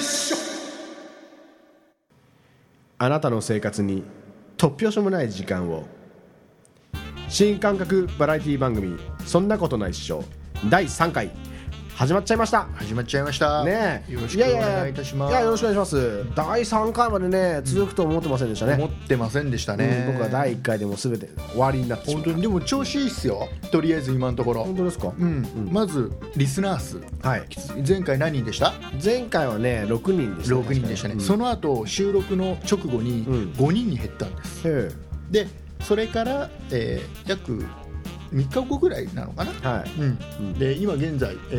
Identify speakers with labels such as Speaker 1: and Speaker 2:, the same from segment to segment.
Speaker 1: 所あなたの生活に突拍子もない時間を新感覚バラエティ番組「そんなことないっしょ」第3回始まっちゃいました
Speaker 2: 始まっちゃいました
Speaker 1: ねえ
Speaker 2: よろしくお願いいたします
Speaker 1: やややよろしくお願いします第3回までね続くと思ってませんでしたね、
Speaker 2: 思ってませんでしたね、
Speaker 1: うん僕は第1回でもう全て終わりになってしま
Speaker 2: 本
Speaker 1: う
Speaker 2: 当にでも調子いいっすよとりあえず今のところ
Speaker 1: 本当ですか、
Speaker 2: うん、まずリスナー数
Speaker 1: はい
Speaker 2: 前回何人でした
Speaker 1: 前回はね6人でした
Speaker 2: 6人でしたね、その後収録の直後に
Speaker 1: うん
Speaker 2: 5人に減ったんです、
Speaker 1: へ
Speaker 2: でそれから、えー約3日後ぐらいなのかな、
Speaker 1: えはい、
Speaker 2: うん
Speaker 1: うん
Speaker 2: で今現在、え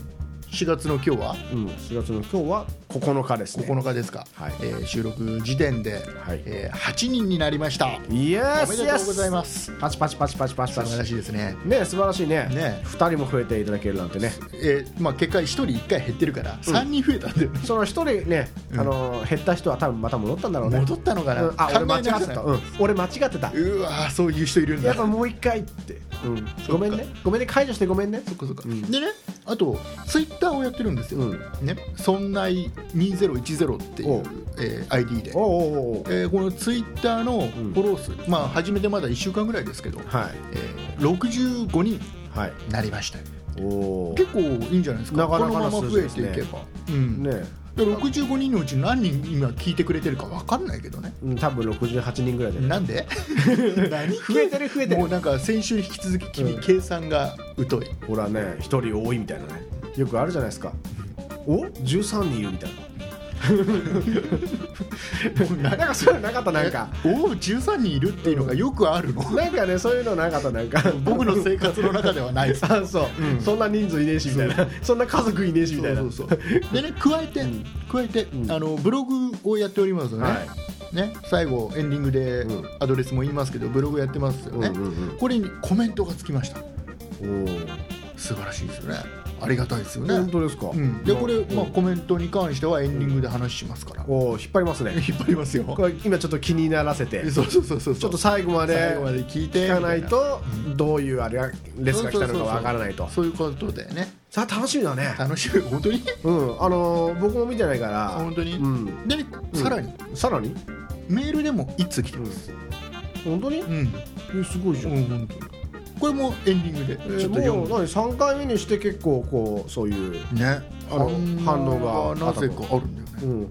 Speaker 2: ー4月の今日は
Speaker 1: うん、4月の今日は9日ですね
Speaker 2: 9日ですか、
Speaker 1: はい
Speaker 2: えー収録時点で、
Speaker 1: はい
Speaker 2: えー8人になりました
Speaker 1: イエ
Speaker 2: お
Speaker 1: ス
Speaker 2: めでとうございますす
Speaker 1: パチパチパチパチパチ
Speaker 2: 素
Speaker 1: パチ
Speaker 2: 晴らしいですね
Speaker 1: ね素晴らしいね
Speaker 2: ね
Speaker 1: 2人も増えていただけるなんてね
Speaker 2: えーまあ、結果1人1回減ってるから3人増えたんだよね、
Speaker 1: その1人ね、あの減った人は多分また戻ったんだろうね
Speaker 2: 戻ったのかな、
Speaker 1: うんあ俺間違
Speaker 2: 考え
Speaker 1: っ
Speaker 2: られ
Speaker 1: て
Speaker 2: ない
Speaker 1: た、うん、俺間違ってた
Speaker 2: うわーそういう人いるんだ
Speaker 1: やっぱもう一回って、うん、
Speaker 2: か
Speaker 1: ごめんねごめんね解除してごめんね
Speaker 2: そっかそっか、
Speaker 1: うん
Speaker 2: でねあとツイッターをやってるんですよ、
Speaker 1: うん
Speaker 2: ねそんない2010ってい
Speaker 1: お
Speaker 2: う
Speaker 1: う、
Speaker 2: えー ID で、
Speaker 1: おうおうおう
Speaker 2: えーこのツイッターのフォロー数、まあ始めてまだ1週間ぐらいですけど、
Speaker 1: はい
Speaker 2: えー65人に
Speaker 1: はい
Speaker 2: なりました
Speaker 1: おお
Speaker 2: 結構いいんじゃないですか
Speaker 1: なかなかな
Speaker 2: このまま増えていけば、うん
Speaker 1: ね
Speaker 2: で65人のうち何人今聞いてくれてるか分かんないけどね
Speaker 1: うん多分68人ぐらいで、
Speaker 2: なん で何
Speaker 1: 増えてる増えてる
Speaker 2: もうなんか先週に引き続き君、
Speaker 1: うん
Speaker 2: 計算が疎い
Speaker 1: ほらね1人多いみたいなねよくあるじゃないですかお13人いるみたい ななんかそういうのなかったなんか
Speaker 2: おお13人いるっていうのがよくある の、
Speaker 1: なんかねそういうのなかったなんか
Speaker 2: 僕の生活の中ではないです
Speaker 1: あ そう、
Speaker 2: うん
Speaker 1: そんな人数いねえしみたいなそんな家族いねえしみたいな
Speaker 2: そうそうそうでね加えて、
Speaker 1: うん
Speaker 2: 加えて、
Speaker 1: うん
Speaker 2: あのブログをやっておりますよね,、
Speaker 1: は
Speaker 2: ね最後エンディングで
Speaker 1: うん
Speaker 2: アドレスも言いますけどブログやってますよね、
Speaker 1: うんうんうん
Speaker 2: これにコメントがつきました
Speaker 1: おー
Speaker 2: 素晴らしいですよねありがたいですよね、
Speaker 1: 本当ですか、
Speaker 2: うん、でこれ、
Speaker 1: うん
Speaker 2: まあ、コメントに関してはエンディングで話しますから、
Speaker 1: おー引っ張りますね
Speaker 2: 引っ張りますよ
Speaker 1: これ今ちょっと気にならせて
Speaker 2: そうそうそうそう
Speaker 1: ちょっと最後まで
Speaker 2: 最後まで聞いて
Speaker 1: 聞かないとどういうあれがレスが来たのかわからないと
Speaker 2: そういうことだよね
Speaker 1: さあ楽しみだね
Speaker 2: 楽しみ本当に
Speaker 1: うんあのー僕も見てないから
Speaker 2: 本当に
Speaker 1: うん
Speaker 2: でさらに、
Speaker 1: さらに
Speaker 2: メールでも一通来てます
Speaker 1: 本当に
Speaker 2: うん、うん
Speaker 1: えすごいじゃん、
Speaker 2: 本当にこれもエンディングで
Speaker 1: えー
Speaker 2: ちょっと読
Speaker 1: もう
Speaker 2: む、
Speaker 1: 何3回目にして結構こうそういう、
Speaker 2: ねあ
Speaker 1: の反応が
Speaker 2: なぜかあるんだよね
Speaker 1: うん、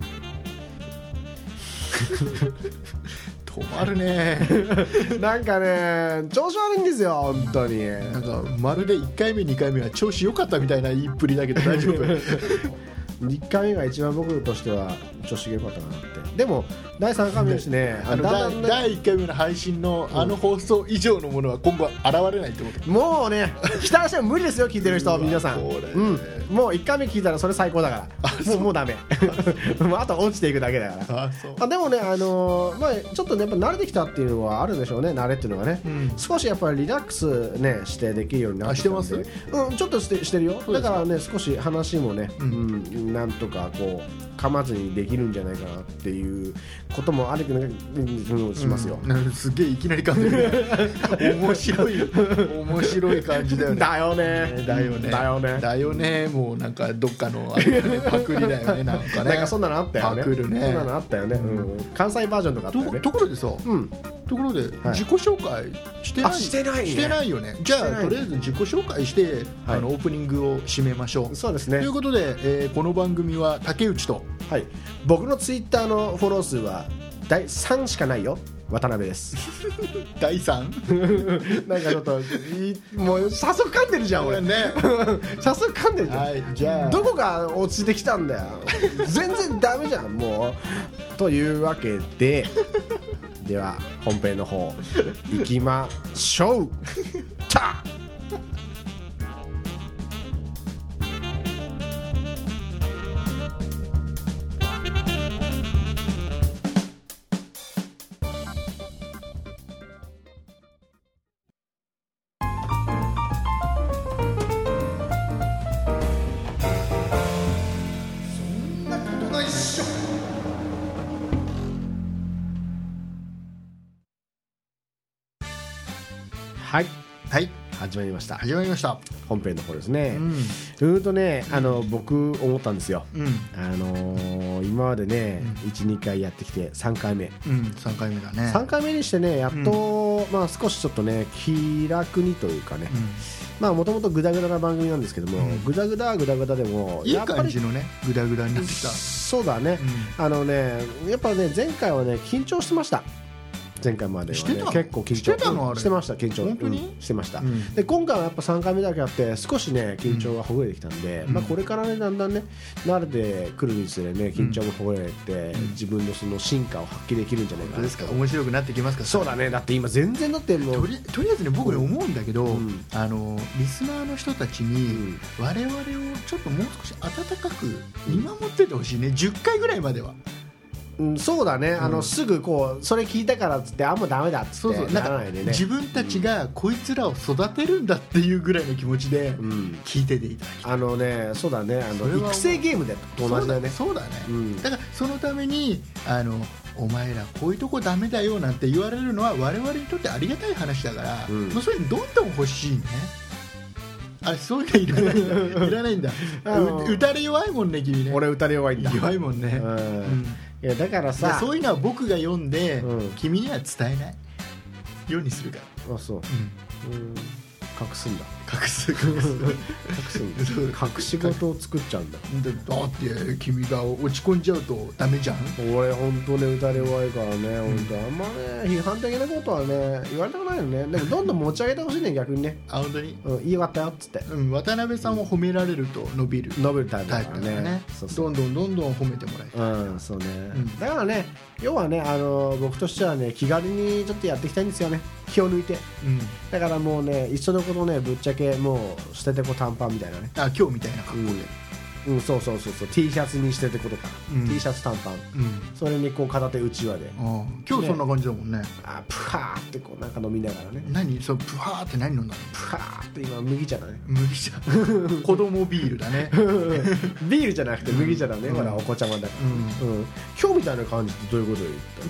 Speaker 2: 止まるね
Speaker 1: なんかね調子悪いんですよ本当に
Speaker 2: なんかまるで1回目2回目は調子良かったみたいな言いっぷりだけど大丈夫
Speaker 1: 1回目が一番僕としては調子が良かったかなってでも第3回目ですね
Speaker 2: あの
Speaker 1: だ
Speaker 2: だ
Speaker 1: んだんね
Speaker 2: 第1回目の配信のあの放送以上のものは今後は現れないってこと
Speaker 1: もうね期待しても無理ですよ聞いてる
Speaker 2: う
Speaker 1: 人
Speaker 2: わ
Speaker 1: 皆さん、
Speaker 2: これ
Speaker 1: うん、もう1回目聞いたらそれ最高だからもうもうダメもうあとは落ちていくだけだから
Speaker 2: あそう
Speaker 1: あでもね、あのーまあ、ちょっとねやっぱ慣れてきたっていうのはあるでしょうね慣れっていうのがね、
Speaker 2: うん
Speaker 1: 少しやっぱりリラックス、ね、してできるようになってきたんで
Speaker 2: あして
Speaker 1: うん、ちょっとしてしてるよ
Speaker 2: そうで
Speaker 1: だ
Speaker 2: すか
Speaker 1: からね少し話もね、う
Speaker 2: うん
Speaker 1: なんとかこう噛まずにできるんじゃないかなっていうこともあるけど、ね、うんしますよ、
Speaker 2: うん すげえいきなり感じる 面白い面白い感じだよね
Speaker 1: だよね
Speaker 2: だよね
Speaker 1: だよね
Speaker 2: だよねもうなんかどっかのあれだ ねパクリだよねなんかね
Speaker 1: なんかそんなのあったよね
Speaker 2: パクるね
Speaker 1: そんなのあったよね、うん関西バージョンとかあったよね
Speaker 2: とところでさ
Speaker 1: うん
Speaker 2: ところで
Speaker 1: はい
Speaker 2: 自己紹介してない、
Speaker 1: あしてないね
Speaker 2: してないよねじ
Speaker 1: して
Speaker 2: ゃ
Speaker 1: な
Speaker 2: あ
Speaker 1: い
Speaker 2: とりあえず自己紹介して、
Speaker 1: はい
Speaker 2: あのオープニングを締めましょう
Speaker 1: そうです
Speaker 2: と
Speaker 1: ね
Speaker 2: いうことで、えーこの番組は竹内と
Speaker 1: はい、僕のツイッターのフォロー数は第3しかないよ渡辺です
Speaker 2: 第三
Speaker 1: なんかちょっといいもう早速噛んでるじゃん俺
Speaker 2: ね
Speaker 1: 早速噛んでるじゃん、
Speaker 2: はいじゃあ
Speaker 1: どこが落ちてきたんだよ全然ダメじゃんもうというわけで では本編の方行きましょ うたはい
Speaker 2: はい
Speaker 1: 始まりました
Speaker 2: 始まりました
Speaker 1: 本編の方ですね
Speaker 2: うん
Speaker 1: うーんとねあの僕思ったんですよ
Speaker 2: うん
Speaker 1: あのー今までね12回やってきて3回目
Speaker 2: うん3回目だね
Speaker 1: 3回目にしてねやっと、まあ、少しちょっとね気楽にというかねまあもともとグダグダな番組なんですけども、
Speaker 2: うん
Speaker 1: グダグダはグダグダでも
Speaker 2: うん、いい
Speaker 1: やっぱ
Speaker 2: 感
Speaker 1: り
Speaker 2: じのねグダグダになってきた
Speaker 1: そうだね、
Speaker 2: う
Speaker 1: あのねやっぱね前回はね緊張してました前回までは、
Speaker 2: して
Speaker 1: ね、
Speaker 2: たの
Speaker 1: 結構緊張
Speaker 2: してたのあれ
Speaker 1: うんしてました緊張
Speaker 2: 本当に
Speaker 1: うんしてました、
Speaker 2: うん
Speaker 1: で今回はやっぱ3回目だけあって少しね緊張がほぐれてきたんで、
Speaker 2: うん
Speaker 1: まあ、これからねだんだんね慣れてくるにつれね緊張もほぐれて、
Speaker 2: ん
Speaker 1: 自分のその進化を発揮できるんじゃないか
Speaker 2: どう
Speaker 1: な
Speaker 2: ですか
Speaker 1: と
Speaker 2: 面白くなってきますか
Speaker 1: そうだねだって今全然だっても
Speaker 2: と
Speaker 1: う、
Speaker 2: りとりあえずね僕ね思うんだけど、
Speaker 1: うん
Speaker 2: あのリスナーの人たち
Speaker 1: う
Speaker 2: に、
Speaker 1: ん
Speaker 2: 我々をちょっともう少し温かく見守っててほしいね10回ぐらいまでは
Speaker 1: うん、そうだね、あ
Speaker 2: う
Speaker 1: の
Speaker 2: ん
Speaker 1: すぐこうそれ聞いたからっつってあんまダメだっつって
Speaker 2: そうそう
Speaker 1: な
Speaker 2: な
Speaker 1: ら
Speaker 2: ん
Speaker 1: ない
Speaker 2: か
Speaker 1: でね
Speaker 2: 自分たちがこいつらを育てるんだっていうぐらいの気持ちで
Speaker 1: うん、
Speaker 2: 聞いてていただきたい
Speaker 1: あのねそうだねあ
Speaker 2: それは
Speaker 1: の
Speaker 2: もう
Speaker 1: 育成ゲームでと同じだよね
Speaker 2: そうだねそうだね
Speaker 1: うん
Speaker 2: だからそのためにあのお前らこういうとこダメだよなんて言われるのは我々にとってありがたい話だから、
Speaker 1: うん
Speaker 2: もうそれどんどん欲しいねあれそういうのいらないん だいらないんだ
Speaker 1: あの
Speaker 2: う打たれ弱いもんね君ね
Speaker 1: 俺打たれ弱いんだ
Speaker 2: 弱いもんね、
Speaker 1: う
Speaker 2: うんん
Speaker 1: いやだから
Speaker 2: だか
Speaker 1: さ
Speaker 2: らそういうのは僕が読んで、
Speaker 1: うん
Speaker 2: 君には伝えないようにするから、
Speaker 1: あそううん隠すんだ
Speaker 2: 隠す隠
Speaker 1: 隠
Speaker 2: す
Speaker 1: すんだ隠し事を作っちゃうんだ
Speaker 2: だだって君が落ち込んじゃうとダメじゃん
Speaker 1: 俺本当ね打たれ弱いからね本当あんまね批判的なことはね言われたくないよねでもどんどん持ち上げてほしいね逆にね
Speaker 2: あ本当に、
Speaker 1: うんいいよかったよっつって
Speaker 2: うん、渡辺さんを褒められると伸びる
Speaker 1: 伸びるタイプ
Speaker 2: タ
Speaker 1: だ
Speaker 2: イ
Speaker 1: か
Speaker 2: プ
Speaker 1: ら
Speaker 2: だからね
Speaker 1: ねそうそう
Speaker 2: どんどんどんどん褒めてもらえる
Speaker 1: うんそうね、
Speaker 2: うん
Speaker 1: だからね要はねあの僕としてはね気軽にちょっとやっていきたいんですよね気を抜いて
Speaker 2: うん
Speaker 1: だからもうね一緒のことねぶっちゃけもう捨ててこ短パンみたいなね
Speaker 2: あ今日みたいな格好で、
Speaker 1: うん、うん、そうそうそうそう T シャツに捨ててことか、
Speaker 2: うん
Speaker 1: T シャツ短パン
Speaker 2: うん
Speaker 1: それにこう片手うちわで
Speaker 2: あ今日そんな感じだもんね
Speaker 1: あプハーってこうなんか飲みながらね
Speaker 2: 何そうプハーって何飲んだの
Speaker 1: プハーって今麦茶だね
Speaker 2: 麦 茶子供ビールだね
Speaker 1: ビールじゃなくて麦茶だね、
Speaker 2: うん
Speaker 1: ほらお子ちゃまだか
Speaker 2: うん
Speaker 1: ら、うん今日みたいな感じってどういうこ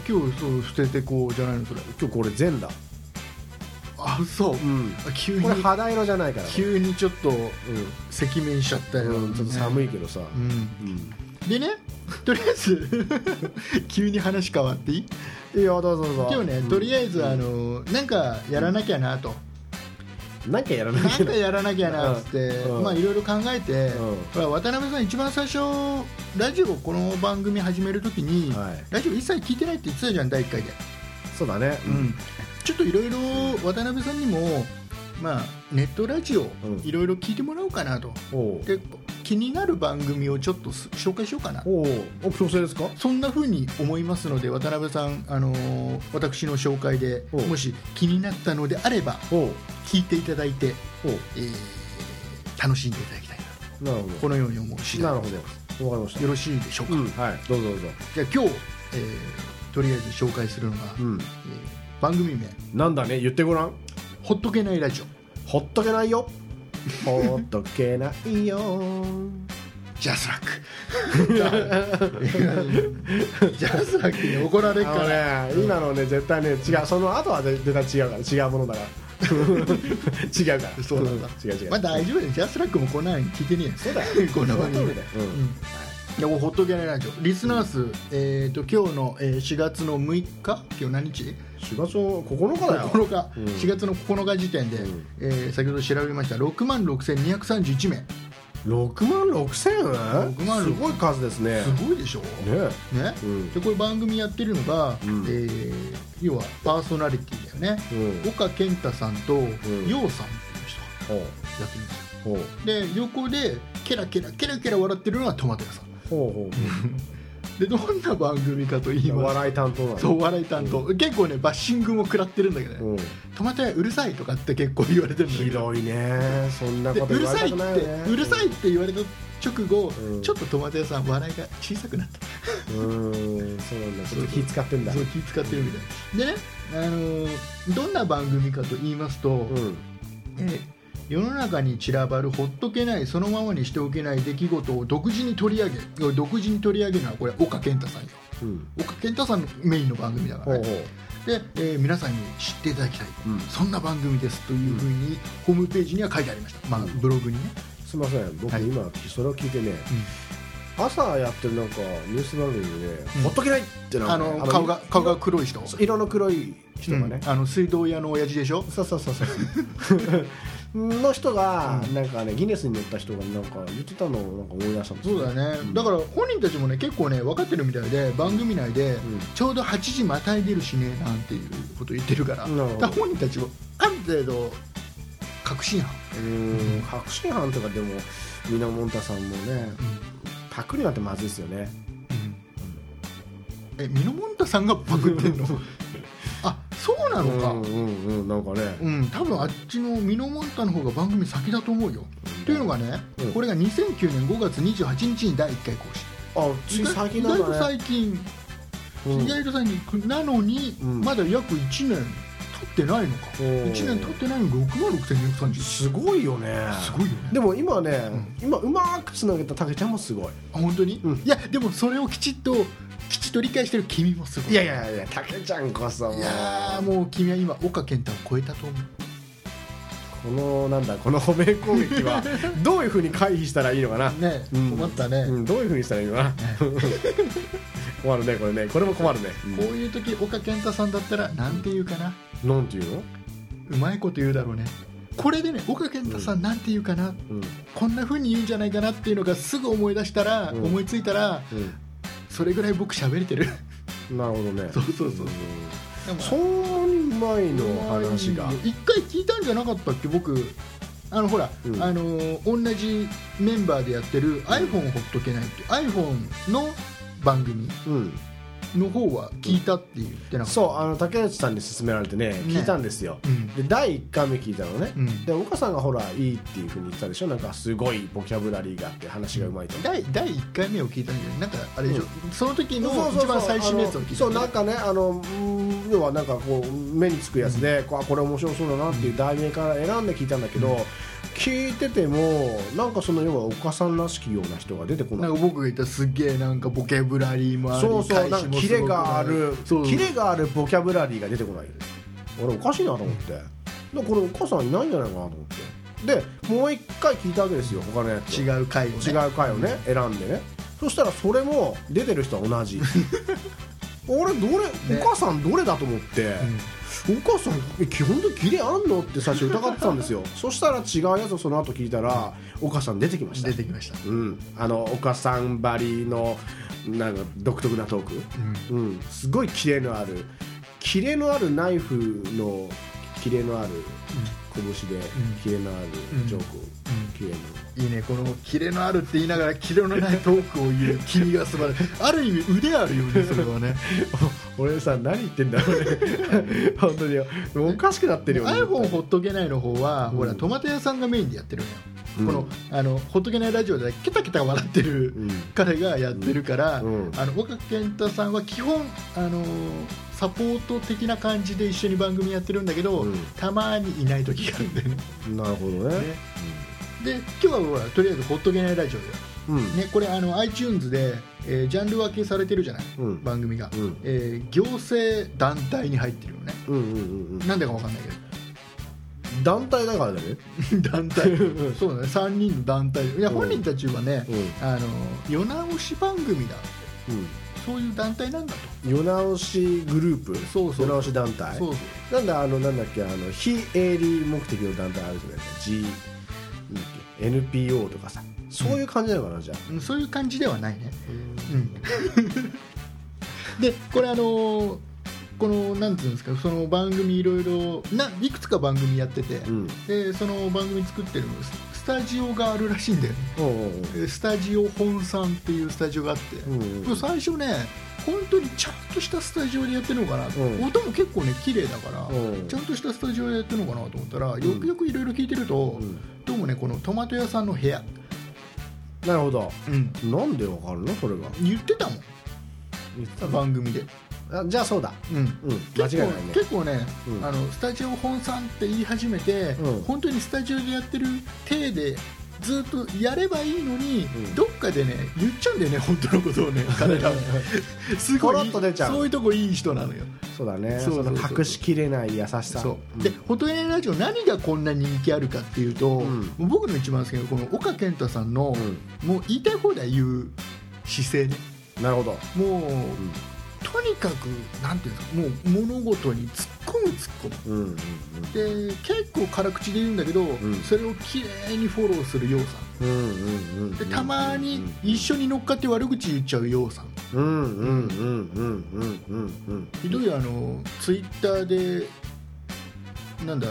Speaker 1: とよ
Speaker 2: 今日そう捨ててこうじゃないのそれ
Speaker 1: 今日これ全だ
Speaker 2: あそう、
Speaker 1: うん
Speaker 2: あ急に
Speaker 1: これ肌色じゃないからね
Speaker 2: 急にちょっと
Speaker 1: うん
Speaker 2: 赤面しちゃったよ、
Speaker 1: うん、ちょっと寒いけどさ、
Speaker 2: うん
Speaker 1: うん
Speaker 2: でねとりあえず 急に話変わっていい
Speaker 1: いいよどうぞどうぞ
Speaker 2: 今日ねとりあえずあのなんかやらなきゃなと、
Speaker 1: なんかやらない
Speaker 2: な
Speaker 1: け
Speaker 2: ん
Speaker 1: ど
Speaker 2: かやらなきゃなっつって、
Speaker 1: うん
Speaker 2: まあいろいろ考えて、
Speaker 1: うん
Speaker 2: ほら渡辺さん一番最初ラジオこの番組始めるときに、
Speaker 1: はい
Speaker 2: ラジオ一切聞いてないって言ってたじゃん第1回で、
Speaker 1: そうだね
Speaker 2: ちょっといろいろ渡辺さんにもまあネットラジオ
Speaker 1: うん
Speaker 2: いろいろ聞いてもらおうかなと、
Speaker 1: おおう
Speaker 2: で気になる番組をちょっとす紹介しようかな
Speaker 1: おうお強制ですか
Speaker 2: そんな風に思いますので渡辺さん、あのー私の紹介で
Speaker 1: お
Speaker 2: もし気になったのであれば
Speaker 1: おう
Speaker 2: 聞いていただいて、
Speaker 1: おう
Speaker 2: えー楽しんでいただきたいなと
Speaker 1: なるほ
Speaker 2: このように思う次
Speaker 1: どな
Speaker 2: 第
Speaker 1: る
Speaker 2: で
Speaker 1: ほ
Speaker 2: ござい
Speaker 1: ど
Speaker 2: ます
Speaker 1: わかりました
Speaker 2: よろしいでしょうか、
Speaker 1: うんはいどうぞどうぞ
Speaker 2: じゃあ今日、えーとりあえず紹介するのが、
Speaker 1: う
Speaker 2: え
Speaker 1: ん
Speaker 2: ー番組名
Speaker 1: なんだね言ってごらん
Speaker 2: 「ほっとけないラジオ
Speaker 1: ほっとけないよほっとけないよ
Speaker 2: ジャスラッ ク」ジャスラックに怒られる
Speaker 1: あ
Speaker 2: か
Speaker 1: の
Speaker 2: ら
Speaker 1: ね今のね絶対ね違うその後は絶対違うから違うものだから 違うから
Speaker 2: そうなんだ
Speaker 1: 違う違う
Speaker 2: まあ大丈夫だよジャスラックもこんなの聞いてねえよ
Speaker 1: そうだよ
Speaker 2: こんな番組で。
Speaker 1: うん
Speaker 2: うんいやもうほっとけないラジオリスナー数、えー、と今日の、えー4月の6日今日何日
Speaker 1: 4月の9日だよ
Speaker 2: 9日、
Speaker 1: うん
Speaker 2: 4月の9日時点で、
Speaker 1: うん
Speaker 2: えー先ほど調べました6万6231名
Speaker 1: 6万6千
Speaker 2: 6万
Speaker 1: すごい数ですね
Speaker 2: すごいでしょ、
Speaker 1: ね
Speaker 2: ね
Speaker 1: うん
Speaker 2: でこれ番組やってるのが、
Speaker 1: うん
Speaker 2: えー要はパーソナリティだよね、
Speaker 1: うん
Speaker 2: 岡健太さんと陽、う
Speaker 1: ん
Speaker 2: さんっていう人が
Speaker 1: ほう
Speaker 2: やってるんですよ
Speaker 1: ほう
Speaker 2: で横でケラケラケラケラ笑ってるのはトマト屋さん
Speaker 1: ほうほ
Speaker 2: でどんな番組かと言いう
Speaker 1: お
Speaker 2: ます
Speaker 1: 笑い担当なの
Speaker 2: とお笑い担当、結構ねバッシングも食らってるんだけどね、
Speaker 1: うん
Speaker 2: トマト屋うるさいとかって結構言われてるんだ
Speaker 1: ひ
Speaker 2: けど
Speaker 1: どいねそんな
Speaker 2: で
Speaker 1: こと
Speaker 2: うる
Speaker 1: 言われ
Speaker 2: さい
Speaker 1: た
Speaker 2: っ
Speaker 1: く
Speaker 2: て
Speaker 1: ないよね
Speaker 2: うるさいって言われた直後、
Speaker 1: うん
Speaker 2: ちょっとトマト屋さん笑いが小さくなった
Speaker 1: うんそうなんだちょっと気使ってんだ
Speaker 2: そう気使ってるみたいでね、あのーどんな番組かと言いますと、
Speaker 1: うん
Speaker 2: えー世の中に散らばるほっとけないそのままにしておけない出来事を独自に取り上げ独自に取り上げるのはこれ岡健太さんよ
Speaker 1: うん
Speaker 2: 岡健太さんのメインの番組だか
Speaker 1: ほう
Speaker 2: らね、
Speaker 1: ほう
Speaker 2: で、えー皆さんに知っていただきたい、
Speaker 1: うん
Speaker 2: そんな番組ですというふうにホームページには書いてありました、まあ、ブログにね、
Speaker 1: すいません僕
Speaker 2: はい
Speaker 1: 今それを聞いてね、朝やってるなんかニュース番組でね、
Speaker 2: うん
Speaker 1: ほっとけないってなんか
Speaker 2: あの顔が顔が黒い人
Speaker 1: そう色の黒い人がね、
Speaker 2: うんあの水道屋の親父でしょ
Speaker 1: そうそうそうそう の人が、なんかねギネスに乗った人がなんか言ってたのをなんか思い出したんです
Speaker 2: そうだね、だから本人たちもね結構ね分かってるみたいで番組内で、
Speaker 1: ん
Speaker 2: ちょうど8時またいでるしねなんていうこと言ってるから
Speaker 1: なるほど
Speaker 2: だから本人たちもある程度確信犯、
Speaker 1: うーん白真犯とかでもミナモンタさんもねパクリなんてまずいですよね
Speaker 2: えミノモンタさんがパクってんの あそうなのか、
Speaker 1: うんうんうんなんかね、
Speaker 2: うん、多分あっちのミノモンタの方が番組先だと思うよ。というのがね、
Speaker 1: うん
Speaker 2: これが2009年5月28日に第1回更新
Speaker 1: あつい最近な
Speaker 2: 意
Speaker 1: ん
Speaker 2: 外と
Speaker 1: だ
Speaker 2: 最
Speaker 1: ね
Speaker 2: 近、
Speaker 1: うん
Speaker 2: 意外と最近なのに、
Speaker 1: うん
Speaker 2: まだ約1年経ってないのか
Speaker 1: お
Speaker 2: 1
Speaker 1: ー
Speaker 2: 年経ってないのに6万6230す
Speaker 1: すごいよね
Speaker 2: ごいよね
Speaker 1: でも今ね、
Speaker 2: ん
Speaker 1: 今うまーくつなげたたけちゃんもすごい
Speaker 2: あ本当に、
Speaker 1: うん
Speaker 2: いやでもそれをきちっときちっと理解してる君もすごい
Speaker 1: いやいやいやたけちゃんこそもう
Speaker 2: いやーもう君は今岡健太を超えたと思う
Speaker 1: このなんだこの褒め攻撃 はどういうふうに回避したらいいのかな、
Speaker 2: ね、
Speaker 1: うん
Speaker 2: 困ったね、
Speaker 1: うん、どういうふうにしたらいいの かな困るねこれねこれも困るね、
Speaker 2: こういう時岡健太さんだったらなんて言うかな、
Speaker 1: なんていうの、
Speaker 2: うまいこと言うだろうねこれでね岡健太さんなんて言うかな、
Speaker 1: うん
Speaker 2: こんな風に言うんじゃないかなっていうのがすぐ思い出したら、
Speaker 1: うん
Speaker 2: 思いついたらそれぐらい僕喋れてる
Speaker 1: うん、なるほどね
Speaker 2: そうそうそうん
Speaker 1: そ
Speaker 2: そ
Speaker 1: んなに前の話が
Speaker 2: 一回聞いたんじゃなかったっけ僕あのほら、
Speaker 1: うん
Speaker 2: あのー同じメンバーでやってる iPhone をほっとけないっていう iPhone の番組
Speaker 1: うん
Speaker 2: の方は聞いたって言ってなかった、
Speaker 1: そうあの竹内さんに勧められてね聞いたんですよ、
Speaker 2: うん
Speaker 1: で第1回目聞いたのね、
Speaker 2: うん
Speaker 1: で岡さんがほらいいっていうふうに言ってたでしょなんかすごいボキャブラリーがあって話がうまいと、
Speaker 2: 第第1回目を聞いたんじゃないなんかあれでしょ、その時の
Speaker 1: そうそうそう
Speaker 2: 一番最新のやつを聞いたん
Speaker 1: あの
Speaker 2: だ
Speaker 1: そ
Speaker 2: よ
Speaker 1: う
Speaker 2: ね
Speaker 1: なんかねあのうーん要はなんかこう目につくやつで、こうあこれ面白そうだなっていう題名から選んで聞いたんだけど、聞いててもなんかその要は岡さんらしきような人が出てこ
Speaker 2: な
Speaker 1: な
Speaker 2: いんか僕が言ったすっげえなんかボケブラリーもあり
Speaker 1: そうそう
Speaker 2: 返
Speaker 1: な
Speaker 2: し
Speaker 1: ん
Speaker 2: も
Speaker 1: かキ
Speaker 2: すご
Speaker 1: レ
Speaker 2: く
Speaker 1: がある
Speaker 2: そう
Speaker 1: キレがあるボキャブラリーが出てこない俺おかしいなと思ってだからこれお母さんいないんじゃないかなと思ってでもう一回聞いたわけですよ他のやつを
Speaker 2: 違う回を、ね、
Speaker 1: 違う回をね選んでねそしたらそれも出てる人は 同じ俺どれ、
Speaker 2: ね
Speaker 1: お母さんどれだと思って、お母さんえ基本的にキレあんのって最初疑ってたんですよそしたら違うやつをその後聞いたらお母さん出てきました
Speaker 2: 出てきました、
Speaker 1: うん、あの岡さんばりのなんか独特なトーク、うんすごいキレのあるキレのあるナイフのキレのある拳で、キレのあるジョーク、キレの
Speaker 2: いいねこのキレのあるって言いながらキレのないトークを言 う君が素晴らしいある意味腕あるよねそれはね
Speaker 1: 俺さ何言ってんだろうね 本当におかしくなってるよね
Speaker 2: iPhone ほっとけないの方は、
Speaker 1: うん
Speaker 2: ほらトマト屋さんがメインでやってるのよ、
Speaker 1: うん
Speaker 2: このあのほっとけないラジオでケタケタ笑ってる
Speaker 1: うん
Speaker 2: 彼がやってるから、
Speaker 1: うん
Speaker 2: あの岡健太さんは基本あのサポート的な感じで一緒に番組やってるんだけど、
Speaker 1: うん
Speaker 2: たまにいない時があるんだよね
Speaker 1: なるほどね
Speaker 2: ねで今日はほらとりあえずほっとけないラジオだよ
Speaker 1: うん、
Speaker 2: ね、これあの iTunes で、えージャンル分けされてるじゃない、
Speaker 1: うん
Speaker 2: 番組が、
Speaker 1: うん
Speaker 2: えー行政団体に入ってるよね
Speaker 1: うんうんうん
Speaker 2: なんでかわかんない
Speaker 1: うん団体だからだ ね
Speaker 2: けど 団体 そうだね3人の団体いや
Speaker 1: うん
Speaker 2: 本人たちはね、
Speaker 1: う
Speaker 2: あの世直し番組だ
Speaker 1: うん
Speaker 2: そういう団体なんだ
Speaker 1: 世直しグループ
Speaker 2: そうそう
Speaker 1: 世直し団体
Speaker 2: とそうそう
Speaker 1: なんだあのなんだっけあの非営利目的の団体あるじゃないですか G なんだっけ NPO とかさそういう感じなのかなじゃあ
Speaker 2: うんそういう感じではないね、うん、でこれあのーこのなんていうんですかその番組いろいろないくつか番組やってて、
Speaker 1: うん
Speaker 2: でその番組作ってるススタジオがあるらしいんだよね
Speaker 1: おう
Speaker 2: でスタジオ本さんっていうスタジオがあって、
Speaker 1: おうおううん
Speaker 2: これ最初ね本当にちゃんとしたスタジオでやってるのかなと、
Speaker 1: うん
Speaker 2: 音も結構ね綺麗だから、
Speaker 1: うん
Speaker 2: ちゃんとしたスタジオでやってるのかなと思ったら、よくよくいろいろ聞いてると、
Speaker 1: うん
Speaker 2: どうもねこのトマト屋さんの部屋、
Speaker 1: なるほど
Speaker 2: うん
Speaker 1: なんでわかるのそれが
Speaker 2: 言ってたもん
Speaker 1: 言ってた
Speaker 2: 番組で、
Speaker 1: あじゃあそうだ
Speaker 2: うん
Speaker 1: うん間違
Speaker 2: 結
Speaker 1: い
Speaker 2: 構
Speaker 1: ないね
Speaker 2: 結構ね、
Speaker 1: うん
Speaker 2: あのスタジオ本さんって言い始めて、
Speaker 1: うん
Speaker 2: 本当にスタジオでやってる体でずっとやればいいのに、
Speaker 1: うん
Speaker 2: どっかでね言っちゃうんだよね本当のことをね彼 らはすごい
Speaker 1: ポロッと出ちゃう
Speaker 2: そういうとこいい人なのよ
Speaker 1: そうだね
Speaker 2: そうそうそう
Speaker 1: の隠しきれない優しさ
Speaker 2: そう
Speaker 1: うん
Speaker 2: で「ホトエネラジオ」何がこんな人気あるかっていうと、
Speaker 1: ん
Speaker 2: 僕の一番好きなこの岡健太さんの、もう言いたい放題言う姿勢ね
Speaker 1: なるほど、
Speaker 2: もう、とにかくなんていうんですかもう物事に突っ込む突っ込む
Speaker 1: うんうん
Speaker 2: で結構辛口で言うんだけど、
Speaker 1: ん
Speaker 2: それをきれいにフォローするようさ
Speaker 1: うんうんうんうん
Speaker 2: んでたまに一緒に乗っかって悪口言っちゃうようさん
Speaker 1: うんうんうんうんうんうんうん
Speaker 2: ひどいあのツイッターでなんだ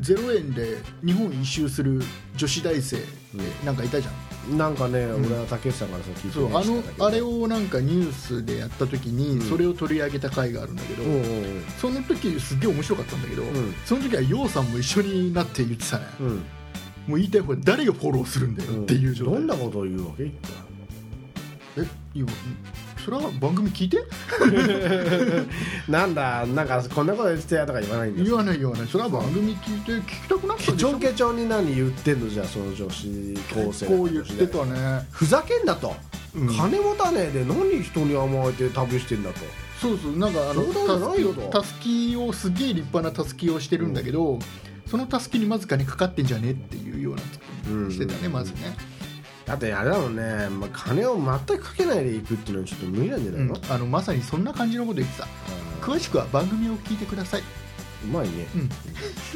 Speaker 2: 0円で日本一周する女子大生なんかいたじゃん、
Speaker 1: なんかね、俺は竹内さんからそう聞いて
Speaker 2: そうあのあれ
Speaker 1: を
Speaker 2: をなんかニュースでやった時にそれを取り上げた回があるんだけど、
Speaker 1: うんうん
Speaker 2: その時すっげえ面白かったんだけど、
Speaker 1: ん
Speaker 2: その時はようさんも一緒になって言ってたね、
Speaker 1: うんうん
Speaker 2: もう言いたい方誰がフォローするんだよっていう状態、
Speaker 1: どんなことを言うわけ一体
Speaker 2: えいやそれは番組聞いて
Speaker 1: なんだなんかこんなこと言ってたよとか言わないんだ
Speaker 2: 言わない言わないそれは番組聞いて聞きたくなった
Speaker 1: ケ
Speaker 2: で
Speaker 1: チ
Speaker 2: し
Speaker 1: ョ
Speaker 2: ょ
Speaker 1: ンケチョンに何言ってんのじゃあその女子高
Speaker 2: 結
Speaker 1: 生
Speaker 2: 構言ってたね
Speaker 1: ふざけんなと、
Speaker 2: うん
Speaker 1: 金持たねえで何人に甘えて旅してんだと
Speaker 2: そうそうなんかあの
Speaker 1: 冗談じゃないよと
Speaker 2: たすきをすげえ立派なたすきをしてるんだけど、そのたすきにまず金かかってんじゃねっていうようなツッコミしてたね、
Speaker 1: うん
Speaker 2: まずね、
Speaker 1: だってあれだもんね、まあ、金を全くかけないで行くっていうのはちょっと無理なんじゃな
Speaker 2: う
Speaker 1: い
Speaker 2: ん
Speaker 1: の、
Speaker 2: あのまさにそんな感じのこと言ってた
Speaker 1: あー
Speaker 2: 詳しくは番組を聞いてください、
Speaker 1: うまいね
Speaker 2: うん、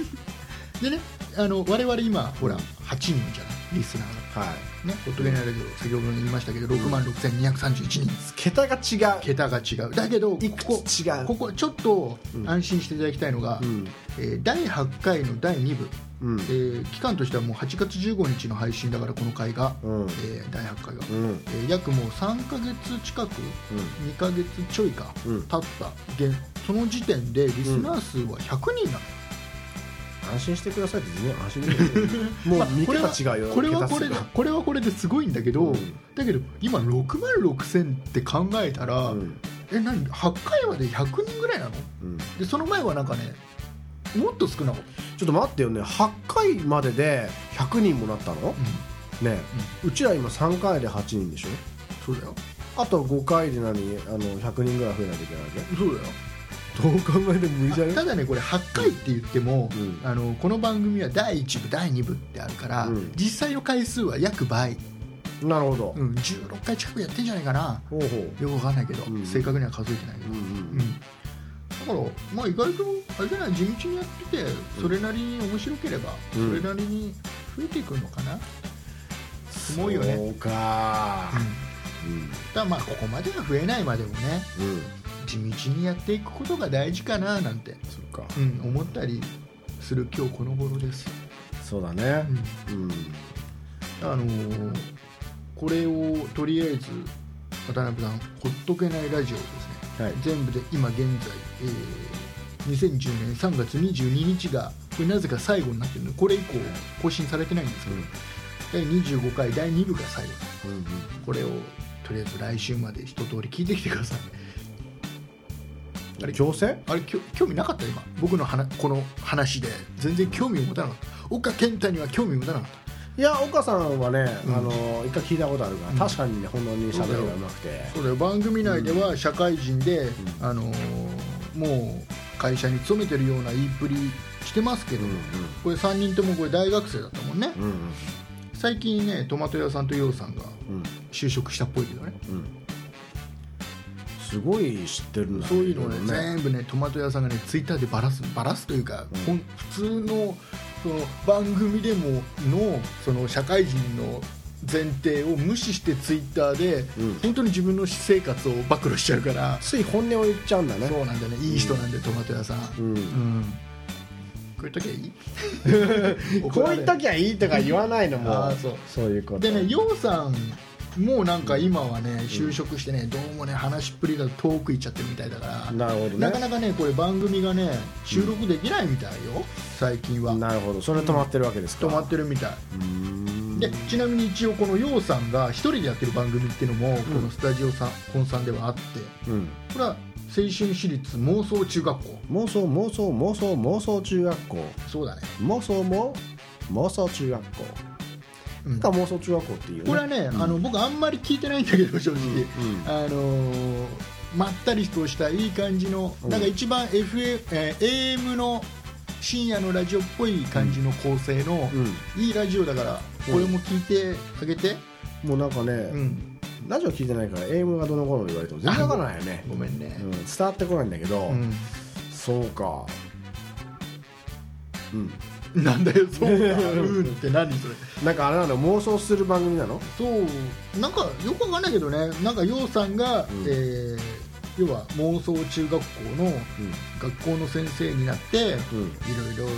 Speaker 2: でねあの我々今ほら8人じゃないリスナーが
Speaker 1: はい
Speaker 2: ねホットゲナラジオ先ほども言いましたけど6万6231人
Speaker 1: 桁が違う
Speaker 2: 桁が違うだけどこ
Speaker 1: いく
Speaker 2: こ
Speaker 1: つ違う
Speaker 2: ここちょっと
Speaker 1: うん
Speaker 2: 安心していただきたいのが、
Speaker 1: うん
Speaker 2: えー第8回の第2部、
Speaker 1: うん
Speaker 2: えー期間としてはもう8月15日の配信だからこの回が、
Speaker 1: うん
Speaker 2: えー第8回が、
Speaker 1: うんうん
Speaker 2: えー約もう3ヶ月近く2ヶ月ちょいか、
Speaker 1: うん
Speaker 2: 経った現その時点でリスナー数は100人なの、
Speaker 1: 安心してくださいって全然 安心できないもう
Speaker 2: まあ
Speaker 1: 見
Speaker 2: これは
Speaker 1: 方違うよ
Speaker 2: これはこれで
Speaker 1: 桁数が
Speaker 2: これはこれですごいんだけど、
Speaker 1: うん
Speaker 2: だけど今6万6000って考えたら、
Speaker 1: うん
Speaker 2: え何8回まで100人ぐらいなの
Speaker 1: うん
Speaker 2: でその前はなんかねもっと少なかっ
Speaker 1: ちょっと待ってよね8回までで100人もなったの
Speaker 2: た、
Speaker 1: ねえうちら今3回で8人でしょ
Speaker 2: そうだよ
Speaker 1: あと5回で何あの100人ぐらい増えなきゃいけないわ
Speaker 2: そうだよ
Speaker 1: けどう考えても無理じゃね
Speaker 2: ただねこれ8回って言っても、
Speaker 1: うん
Speaker 2: あのこの番組は第1部第2部ってあるから、
Speaker 1: うん
Speaker 2: 実際の回数は約倍、
Speaker 1: なるほど、
Speaker 2: うん、16回近くやってんじゃないかな
Speaker 1: ほうほう
Speaker 2: よくわかんないけど、
Speaker 1: うん
Speaker 2: 正確には数えてないけ
Speaker 1: う
Speaker 2: ど、
Speaker 1: ん
Speaker 2: うんだから、まあ、意外とあれじゃない地道にやっててそれなりに面白ければ、
Speaker 1: うん
Speaker 2: それなりに増えていくのかな、すごいよね
Speaker 1: そうか
Speaker 2: うん、
Speaker 1: うん
Speaker 2: ただまあここまでは増えないまでもね
Speaker 1: うん、
Speaker 2: 地道にやっていくことが大事かななんて、
Speaker 1: そっか
Speaker 2: うん、思ったりする今日この頃です、
Speaker 1: そうだね
Speaker 2: うん
Speaker 1: うん
Speaker 2: あのーこれをとりあえず渡辺さん「ほっとけないラジオ」ですね
Speaker 1: はい
Speaker 2: 全部で今現在、えー2010年3月22日がこれなぜか最後になってるのでこれ以降更新されてないんですけど、第25回第2部が最後
Speaker 1: うんうん
Speaker 2: これをとりあえず来週まで一通り聞いてきてください
Speaker 1: うん強制
Speaker 2: あれきょ興味なかった今僕の話この話で全然興味を持たなかった岡健太には興味を持たなかった
Speaker 1: いや岡さんはね、
Speaker 2: うん
Speaker 1: あの一回聞いたことあるから、
Speaker 2: うん
Speaker 1: 確かにね本当に喋りがうまくて
Speaker 2: そうだよ番組内では社会人で、あのーもう会社に勤めてるような言いっぷりしてますけど、これ3人ともこれ大学生だったもんね、
Speaker 1: うんうん
Speaker 2: 最近ねトマト屋さんとヨウさんが
Speaker 1: うん
Speaker 2: 就職したっぽいけどね
Speaker 1: うんうんすごい知ってるんだ
Speaker 2: そういうのをね
Speaker 1: ろ
Speaker 2: 全部ねトマト屋さんがねツイッターでバラすバラすというか、
Speaker 1: うん
Speaker 2: ほん普通のその番組でものその社会人の前提を無視してツイッターで、
Speaker 1: うん
Speaker 2: 本当に自分の私生活を暴露しちゃうから、
Speaker 1: つい本音を言っちゃうんだね
Speaker 2: そうなんだよねいい人なんで、トマト屋さん、
Speaker 1: うん
Speaker 2: うんこういう時はいい
Speaker 1: こう言っときゃいいとか言わないのも
Speaker 2: あーそう
Speaker 1: そういうこと
Speaker 2: でねようさんもうなんか今はね就職してねどうもね話っぷりが遠く行っちゃってるみたいだから
Speaker 1: なるほどね
Speaker 2: なかなかねこれ番組がね収録できないみたいよ最近は
Speaker 1: なるほどそれ止まってるわけですか
Speaker 2: 止まってるみたいう
Speaker 1: ーん
Speaker 2: でちなみに一応このようさんが一人でやってる番組っていうのもこのスタジオさん本さんではあって
Speaker 1: うん
Speaker 2: これは青春私立妄想中学校
Speaker 1: 妄想妄想妄想妄想中学校
Speaker 2: そうだね
Speaker 1: 妄想も妄想中学校
Speaker 2: うん
Speaker 1: なんか妄想中学校っていう、ね、
Speaker 2: これはね、あの僕あんまり聞いてないんだけど正直、
Speaker 1: うんうん
Speaker 2: あのーまったりとしたいい感じの、
Speaker 1: うん
Speaker 2: なんか一番 FM、えー AM の深夜のラジオっぽい感じの構成の、
Speaker 1: う
Speaker 2: いいラジオだから
Speaker 1: うん
Speaker 2: これも聞いてあげて、
Speaker 1: もうなんかね、
Speaker 2: うん、
Speaker 1: ラジオ聞いてないから AM がどの頃言われても全然わからないよね、
Speaker 2: ごめんね
Speaker 1: うん、、伝わってこないんだけど、そうかうん
Speaker 2: うんなんだよそうか うんって何それ
Speaker 1: なんかあれなの妄想する番組なの
Speaker 2: そうなんかよくわかんないけどねなんかようさんが、
Speaker 1: ん
Speaker 2: えー要は妄想中学校の学校の先生になって、
Speaker 1: うん、うん、
Speaker 2: いろいろ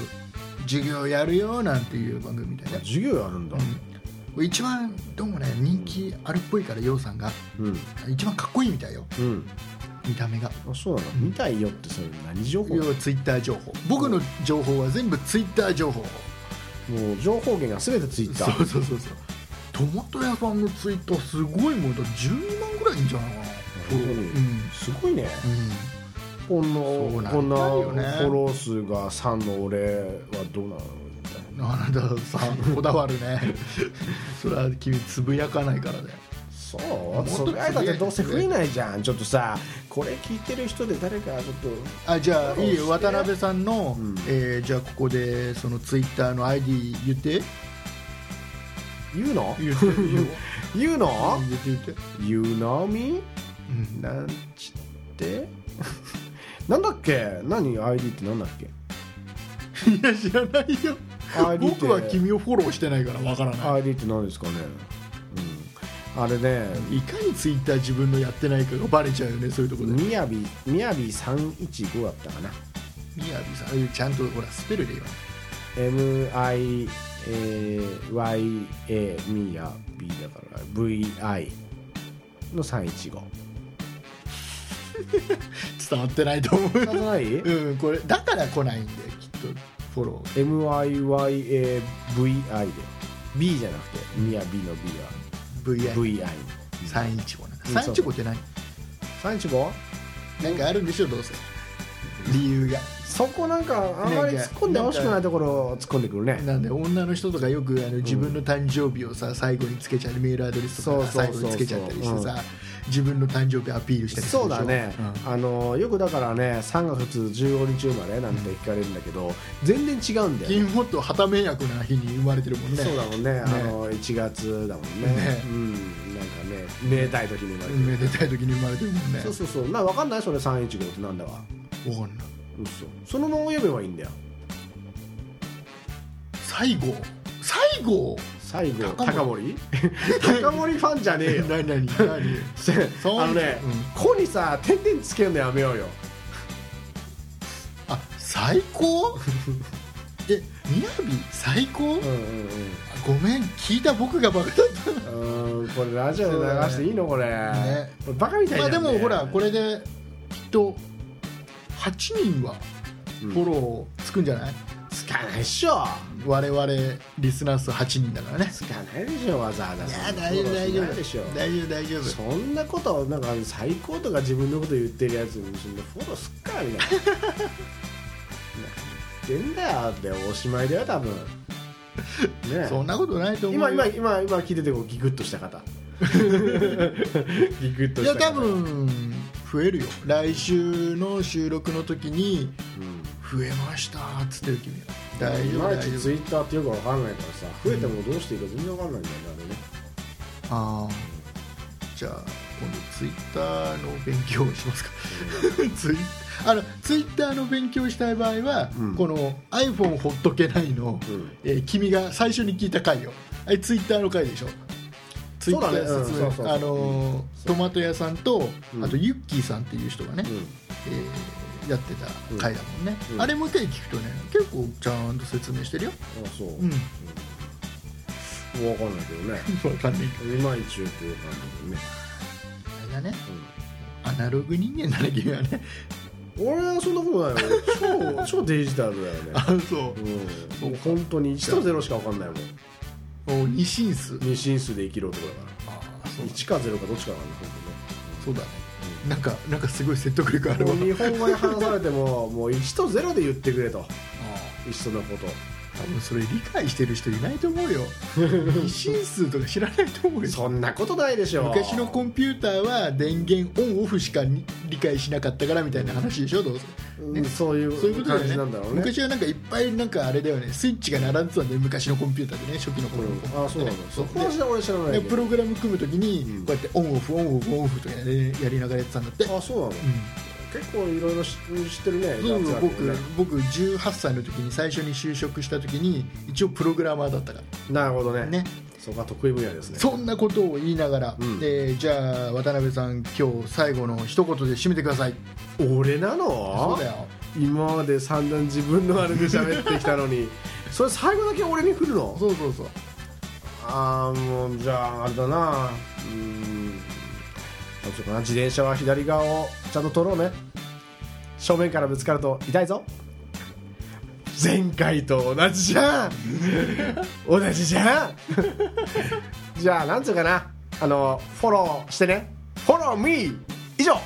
Speaker 2: 授業やるよなんていう番組でね、
Speaker 1: 授業やるんだ
Speaker 2: うん、一番どうもね人気あるっぽいからようさんが
Speaker 1: うん
Speaker 2: 一番かっこいいみたいよ
Speaker 1: うん、
Speaker 2: 見た目が
Speaker 1: あそうなの見たいよってそれ何情報
Speaker 2: 要はツイッター情報僕の情報は全部ツイッター情報
Speaker 1: もう情報源が全てツイッ
Speaker 2: そ
Speaker 1: ター
Speaker 2: うそうそうそうトマト屋さんのツイッターすごいもうだから12万ぐらいいいんじゃないかな
Speaker 1: 本当に
Speaker 2: うん、うん
Speaker 1: すごいねこんな
Speaker 2: そうなんだ
Speaker 1: こんな
Speaker 2: よね
Speaker 1: フォロー数が3の俺はどうなのみたいな
Speaker 2: あなたさこだわるね それは君つぶやかないからだよ
Speaker 1: そう
Speaker 2: っと
Speaker 1: つぶやいたってどうせ増えないじゃんちょっとさこれ聞いてる人で誰かちょっと
Speaker 2: あじゃあいいよ
Speaker 1: そうして
Speaker 2: 渡辺さんの、
Speaker 1: うん
Speaker 2: えーじゃあここでそのツイッターの ID 言って
Speaker 1: 言うの
Speaker 2: 言って言 って
Speaker 1: 言うの
Speaker 2: 言って、
Speaker 1: You know me?
Speaker 2: うん、
Speaker 1: なんちって なんだっけ何 ID ってなんだっけ
Speaker 2: いや知らないよ
Speaker 1: ID って
Speaker 2: 僕は君をフォローしてないからわからない
Speaker 1: ID って何ですかね、うん、あれね
Speaker 2: いかにツイッター自分のやってないかがバレちゃうよねそういうところで
Speaker 1: みやびみやび315だったかな
Speaker 2: みやびさんちゃんとほらスペルで言わない
Speaker 1: MIYA みやびだから VI の315
Speaker 2: 伝わってないと思
Speaker 1: 伝わらないう
Speaker 2: うんこれだから来ないんだよきっとフォロ
Speaker 1: MIYAVI だよ B じゃなくてみやびの B
Speaker 2: ー
Speaker 1: は
Speaker 2: VI315
Speaker 1: VI
Speaker 2: なんだ
Speaker 1: うんそう
Speaker 2: 315って何
Speaker 1: 315?
Speaker 2: なんかあるんでしょどうせ理由が
Speaker 1: そこなんかあんまり突っ込んでほしくないところを突っ込んでくるね
Speaker 2: なんで女の人とかよくあの自分の誕生日をさ最後につけちゃうメールアドレスとかさ
Speaker 1: そう
Speaker 2: 最
Speaker 1: そう
Speaker 2: 後に
Speaker 1: そうそう
Speaker 2: つけちゃったりしてさ自分の誕生日アピールしたりする
Speaker 1: そう
Speaker 2: でしょ
Speaker 1: だね、
Speaker 2: うん
Speaker 1: あのよくだからね3月15日生まれなんて聞かれるんだけど、全然違うんだよね
Speaker 2: 金もっと旗迷惑な日に生まれてるもんね
Speaker 1: そうだもんねあの1月だもんね
Speaker 2: ね
Speaker 1: うんなんかねめでたい時に生まれてる、
Speaker 2: めでたい時に生まれてるもんね
Speaker 1: そうそうそうな分かんないそれ315ってなんだわ
Speaker 2: わかんない
Speaker 1: 嘘そのまま呼べばいいんだよ
Speaker 2: 最後最後
Speaker 1: 最後
Speaker 2: 高
Speaker 1: 高森高森 ファンじゃねえよ
Speaker 2: 何何 何そう
Speaker 1: あのね
Speaker 2: うん
Speaker 1: 「こ」にさ点々つけるのやめようよ
Speaker 2: あ最高えみやび最高、
Speaker 1: うんうん
Speaker 2: ごめん聞いた僕がバカだった
Speaker 1: うんうーんこれラジオで流していいのこれ、
Speaker 2: ね
Speaker 1: これバカみたい
Speaker 2: まあ
Speaker 1: だ
Speaker 2: で
Speaker 1: よね
Speaker 2: もほらこれできっと8人は
Speaker 1: う
Speaker 2: フ
Speaker 1: ん
Speaker 2: ォローつくんじゃない、
Speaker 1: つかないっしょ
Speaker 2: 我々リスナー数8人だからね
Speaker 1: つかないでしょわざわざ
Speaker 2: いや大丈夫大丈
Speaker 1: ない
Speaker 2: 夫
Speaker 1: でしょ
Speaker 2: 大丈夫大丈夫
Speaker 1: そんなことなんか最高とか自分のこと言ってるやつにそんなフォローすっかみ たいな何言ってんだよっておしまいだよ 多分ね
Speaker 2: そんなことないと思
Speaker 1: 今
Speaker 2: うよ
Speaker 1: 今今今聞いててこうギクッとした 方ギクッと
Speaker 2: い
Speaker 1: した
Speaker 2: や
Speaker 1: 方
Speaker 2: 多分増えるよ来週の収録の時に
Speaker 1: うん
Speaker 2: 増えましたっつってる君は大丈
Speaker 1: い
Speaker 2: 夫
Speaker 1: まい
Speaker 2: 大
Speaker 1: ち
Speaker 2: 丈
Speaker 1: ツイ
Speaker 2: 夫
Speaker 1: ッターってよくわかんないからさ増えてもどうしていいか全然わかんないんだよねあれね
Speaker 2: あーじゃあ今度ツイッターの勉強をしますかツイあのツイッターの勉強したい場合は、
Speaker 1: うん
Speaker 2: この iPhone ほっとけないの、
Speaker 1: うん
Speaker 2: えー君が最初に聞いた回よあれツイッターの回でしょツイ
Speaker 1: そ
Speaker 2: ッ
Speaker 1: う
Speaker 2: タ
Speaker 1: だね
Speaker 2: ー説
Speaker 1: うんそ
Speaker 2: 明
Speaker 1: うそうそう
Speaker 2: あのートマト屋さんと、
Speaker 1: うん
Speaker 2: あとユッキーさんっていう人がね、
Speaker 1: うん
Speaker 2: えーやってた回だもんね、
Speaker 1: うん
Speaker 2: あれもう一回聞くとね結構ちゃんと説明してるよ
Speaker 1: あそう、
Speaker 2: うん
Speaker 1: うんわかんないけどね
Speaker 2: 分かんないけど
Speaker 1: いまいちよくわかんないけどね
Speaker 2: あれだねアナログ人間だね君はね
Speaker 1: 俺はそんなことないよ超超デジタルだよね
Speaker 2: あそう
Speaker 1: うんもう本当に1と0しか分かんないもん
Speaker 2: お二進数
Speaker 1: 二進数で生きる男だから
Speaker 2: あ
Speaker 1: 1か0かどっちかなんだ
Speaker 2: そうだねなんかなんかすごい説得力あ
Speaker 1: 本
Speaker 2: る
Speaker 1: 当
Speaker 2: わ
Speaker 1: ねもう日本語で話されてももう1と0で言ってくれと
Speaker 2: あ
Speaker 1: 一緒のこと
Speaker 2: 多分それ理解してる人いないと思う よ二進数とか知らないと思うよ
Speaker 1: そんなことないでしょ
Speaker 2: 昔のコ
Speaker 1: ン
Speaker 2: ンピューターは電源オンオフしかに理解しなかったからみたいな話でしょどうせね
Speaker 1: そうい
Speaker 2: そういうこ
Speaker 1: う
Speaker 2: とだよ
Speaker 1: 感
Speaker 2: ね
Speaker 1: じなんだろうね
Speaker 2: 昔はなんかいっぱいなんかあれだよねスイッチが並んでたんで昔のコンピューターでね初期の頃のコンピューター
Speaker 1: あそうなの
Speaker 2: ね
Speaker 1: そこは
Speaker 2: で
Speaker 1: 俺知らない
Speaker 2: で
Speaker 1: けど
Speaker 2: プログラム組むとき
Speaker 1: う
Speaker 2: に
Speaker 1: ん
Speaker 2: こうやってオンオフオンオフオンオフとかやりやりながらやってたんだって、うん
Speaker 1: あそうなの結構いろいろ知知ってるね
Speaker 2: そう
Speaker 1: 夏
Speaker 2: そう
Speaker 1: 秋も
Speaker 2: 僕
Speaker 1: ね
Speaker 2: 僕18歳の時に最初に就職した時に一応プログラマーだったか
Speaker 1: なるほどね
Speaker 2: らね
Speaker 1: そこは得意分野ですね
Speaker 2: そんなことを言いながら、
Speaker 1: うん
Speaker 2: でじゃあ渡辺さん今日最後の一言で締めてください
Speaker 1: 俺な
Speaker 2: そ
Speaker 1: の
Speaker 2: うだよ
Speaker 1: 今まで散々自分のあれで喋ってきた のにそれ最後だけ俺に来るの
Speaker 2: そうそうそう
Speaker 1: ああもうじゃああれだなうーんどうしようかな自転車は左側をちゃんと取ろうね正面からぶつかると痛いぞ前回と同じじゃん 同じじゃん じゃあなんつうかなあのフォローしてねフォローミー以上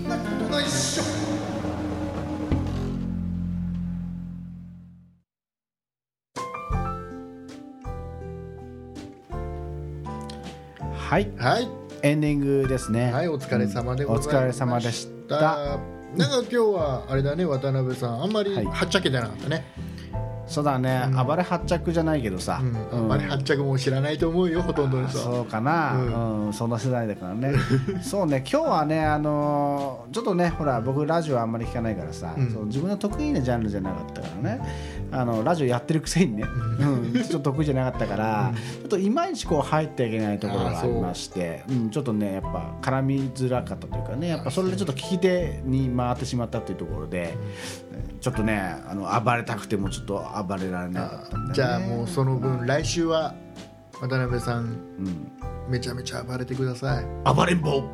Speaker 2: そんなことないっしょ
Speaker 1: はい
Speaker 2: はい
Speaker 1: エンディングですね
Speaker 2: はい、お疲れ様でございました。
Speaker 1: お疲れ様でした
Speaker 2: なんか今日はあれだね、渡辺さん、あんまり
Speaker 1: はい
Speaker 2: はっちゃけてなかったね。
Speaker 1: そうだね、
Speaker 2: うん
Speaker 1: 暴れ発着じゃないけどさ、
Speaker 2: うん、あ
Speaker 1: うん
Speaker 2: んまりはっちゃけも知らないと思うよ、ほとんどの人は。
Speaker 1: そうかな、う
Speaker 2: うん
Speaker 1: その世代だからねそうね今日はね、あのーちょっとねほら僕ラジオあんまり聞かないからさ、
Speaker 2: うん
Speaker 1: その自分の得意なジャンルじゃなかったからねあのラジオやってるくせにね、うん、ちょっと得意じゃなかったから、ちょっといまいちこう入っていけないところがありましてう、ん、ちょっとねやっぱ絡みづらかったというかねやっぱそれでちょっと聞き手に回ってしまったというところで。ちょっとねあの暴れたくてもちょっと暴れられなかったんだよね
Speaker 2: じゃあもうその分、来週は渡辺さん、
Speaker 1: うん、
Speaker 2: めちゃめちゃ暴れてください。
Speaker 1: 暴れん坊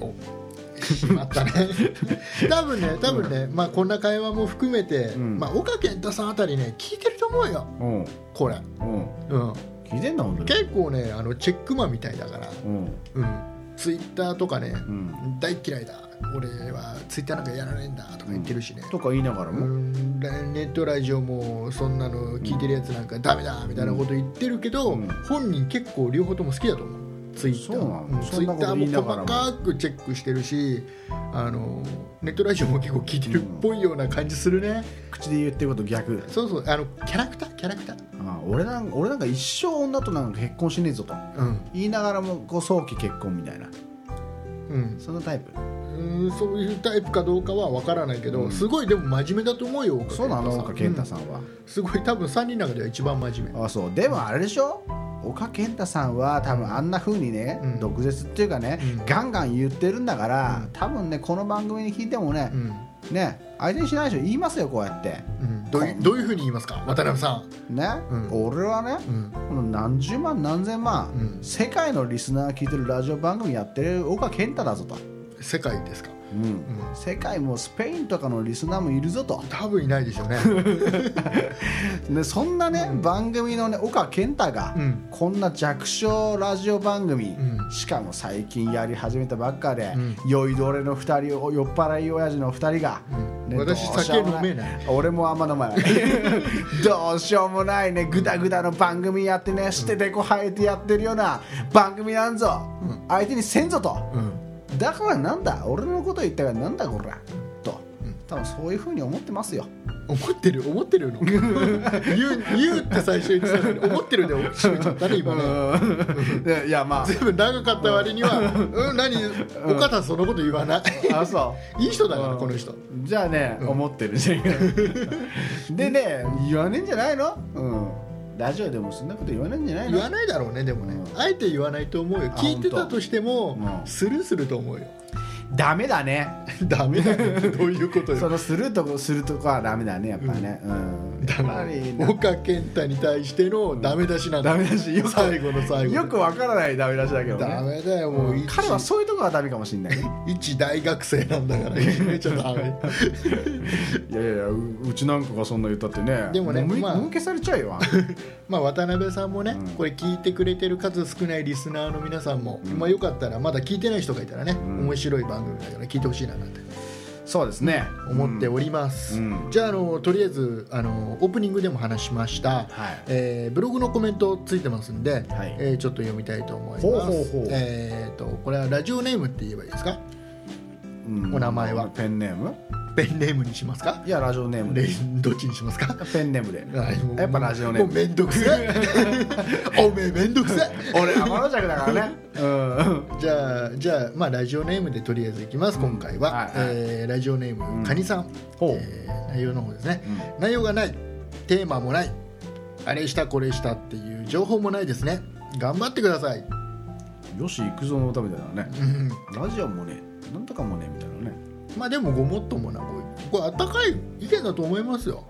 Speaker 2: おしまったね多分ね多分ね、まあこんな会話も含めて、
Speaker 1: ん
Speaker 2: まあ岡健太さんあたりね聞いてると思うよ
Speaker 1: うん
Speaker 2: これ、
Speaker 1: うん
Speaker 2: うん、
Speaker 1: 聞いてんだ本当に
Speaker 2: 結構ねあのチェックマンみたいだから
Speaker 1: う
Speaker 2: う
Speaker 1: ん
Speaker 2: ん、ツイッターとかね、
Speaker 1: ん
Speaker 2: 大嫌いだ俺はツイッターなんかやらないんだとか言ってるしね、
Speaker 1: とか言いながら
Speaker 2: う
Speaker 1: も、
Speaker 2: んラネットラジオもそんなの聞いてるやつなんかダメだみたいなこと言ってるけど、
Speaker 1: うん
Speaker 2: 本人結構両方とも好きだと思うツイッタ
Speaker 1: そうなの
Speaker 2: ーうん
Speaker 1: そ
Speaker 2: ツ
Speaker 1: ん
Speaker 2: イッ
Speaker 1: なこと
Speaker 2: ター
Speaker 1: 言いな
Speaker 2: も
Speaker 1: がらも
Speaker 2: 細かくチェックしてるしあのネットラジオも結構聞いてるっぽいような感じするね、
Speaker 1: 口で言ってること逆
Speaker 2: そうそうあのキャラクターキャラクター、
Speaker 1: あ俺なん俺なんか一生女となんか結婚しねえぞと
Speaker 2: うん
Speaker 1: 言いながらもこう早期結婚みたいな
Speaker 2: うん
Speaker 1: そんなタイプ
Speaker 2: うんそういうタイプかどうかは分からないけど、
Speaker 1: うん
Speaker 2: すごいでも真面目だと思うよ岡
Speaker 1: そうなの
Speaker 2: 健
Speaker 1: 岡
Speaker 2: 太さん
Speaker 1: 健太さんは、
Speaker 2: うんすごい多分3人の中では一番真面目
Speaker 1: あそうでもあれでしょ岡健太さんは多分あんな風にね、
Speaker 2: うん
Speaker 1: 毒舌っていうかね、
Speaker 2: うん
Speaker 1: ガンガン言ってるんだから、
Speaker 2: うん
Speaker 1: 多分ねこの番組に聞いてもね、
Speaker 2: うん、
Speaker 1: ね相手にしないでしょ言いますよこうやって
Speaker 2: うん、どういどういうふうに言いますか渡辺さ
Speaker 1: ね、
Speaker 2: うん
Speaker 1: 俺はね、
Speaker 2: ん、うん、
Speaker 1: この何十万何千万、
Speaker 2: うん
Speaker 1: 世界のリスナーが聞いてるラジオ番組やってる岡健太だぞと、
Speaker 2: 世界ですか
Speaker 1: うん
Speaker 2: ん
Speaker 1: 世界もスペインとかのリスナーもいるぞと
Speaker 2: 多分いないでしょうね
Speaker 1: でそんなね、番組のね岡健太が、
Speaker 2: うん
Speaker 1: こんな弱小ラジオ番組、
Speaker 2: うん
Speaker 1: しかも最近やり始めたばっかで、
Speaker 2: うん
Speaker 1: 酔いどれの2人を酔っ払い親父の2人が、
Speaker 2: うん
Speaker 1: ね
Speaker 2: 私
Speaker 1: どうしようも
Speaker 2: 酒飲めない
Speaker 1: 俺もあんま飲ま ないどうしようもないねグダグダの番組やってねしてでこ生えてやってるような番組なんぞ、
Speaker 2: うん
Speaker 1: 相手にせんぞと、
Speaker 2: うん
Speaker 1: だからなんだ俺のこと言ったからなんだこらと、
Speaker 2: うん
Speaker 1: 多分そういうふうに思ってますよ
Speaker 2: 思ってる思ってるの言う言うって最初言ってたのに思ってるで締めちゃったね今ね
Speaker 1: うんい やま
Speaker 2: 全部長かった割には「うん何お母さんそのこと言わない」
Speaker 1: ああそ
Speaker 2: いい人だか
Speaker 1: う
Speaker 2: ら
Speaker 1: ん
Speaker 2: この人
Speaker 1: うじゃあね、思ってるね でね言わねえんじゃないの、うん、ラジオでもそんなこと言わねえんじゃないの
Speaker 2: 言わないだろうねでもね
Speaker 1: うん
Speaker 2: あえて言わないと思うよ
Speaker 1: あ
Speaker 2: 聞いてたとしても
Speaker 1: 本当うん
Speaker 2: スルーすると思うよ
Speaker 1: ダメだね
Speaker 2: ダメだねどういうこと
Speaker 1: そ
Speaker 2: よ
Speaker 1: のするとこするとこはダメだねやっぱねうん、や
Speaker 2: だ
Speaker 1: っ
Speaker 2: か
Speaker 1: ぱ
Speaker 2: ら
Speaker 1: りな
Speaker 2: 岡健太に対してのダメ出しなんだ、
Speaker 1: ダメ出しよく
Speaker 2: 最後の最後で
Speaker 1: よくわからないダメ出しだけど
Speaker 2: ダメ
Speaker 1: ね
Speaker 2: だよもう一
Speaker 1: 彼はそういうとこはダメかもしれないね
Speaker 2: 一大学生なんだからいじめちゃダ メ
Speaker 1: いやいやううちなんかがそんな言ったってね
Speaker 2: でもね
Speaker 1: うむ
Speaker 2: まあ
Speaker 1: もむけされちゃ うよ
Speaker 2: まあ渡辺さんもね、
Speaker 1: うん
Speaker 2: これ聞いてくれてる数少ないリスナーの皆さんも、まあよかったらまだ聞いてない人がいたらね、
Speaker 1: ん
Speaker 2: 面白い番組だから聞いてほしいななんて
Speaker 1: そうですね
Speaker 2: 思っております、
Speaker 1: うん
Speaker 2: じゃああのとりあえずあのオープニングでも話しました、
Speaker 1: はい
Speaker 2: えーブログのコメントついてますんで、
Speaker 1: はい
Speaker 2: えーちょっと読みたいと思います
Speaker 1: ほうほうほう
Speaker 2: えー、とこれはラジオネームって言えばいいですか
Speaker 1: うん
Speaker 2: お名前は
Speaker 1: ペンネーム
Speaker 2: ペンネームにしますか
Speaker 1: いやラジオネーム
Speaker 2: レ
Speaker 1: で
Speaker 2: インどっちにしますか
Speaker 1: ペンネームでやっぱラジオネ
Speaker 2: もう
Speaker 1: ーム
Speaker 2: めんどくせ えおめえめんどくせえ
Speaker 1: 俺天の弱だからねうん
Speaker 2: じゃあじゃあまあラジオネームでとりあえずいきます、今回は、
Speaker 1: はいはい
Speaker 2: えーラジオネーム、
Speaker 1: うん
Speaker 2: カニさん、
Speaker 1: ほう
Speaker 2: えー内容の方ですね、内容がないテーマもないあれしたこれしたっていう情報もないですね頑張ってください、
Speaker 1: よし行くぞの歌みたいなね
Speaker 2: うん
Speaker 1: ラジオもねなんとかもねみたいなね
Speaker 2: まあでもごもっともなこうこれあったかい意見だと思いますよ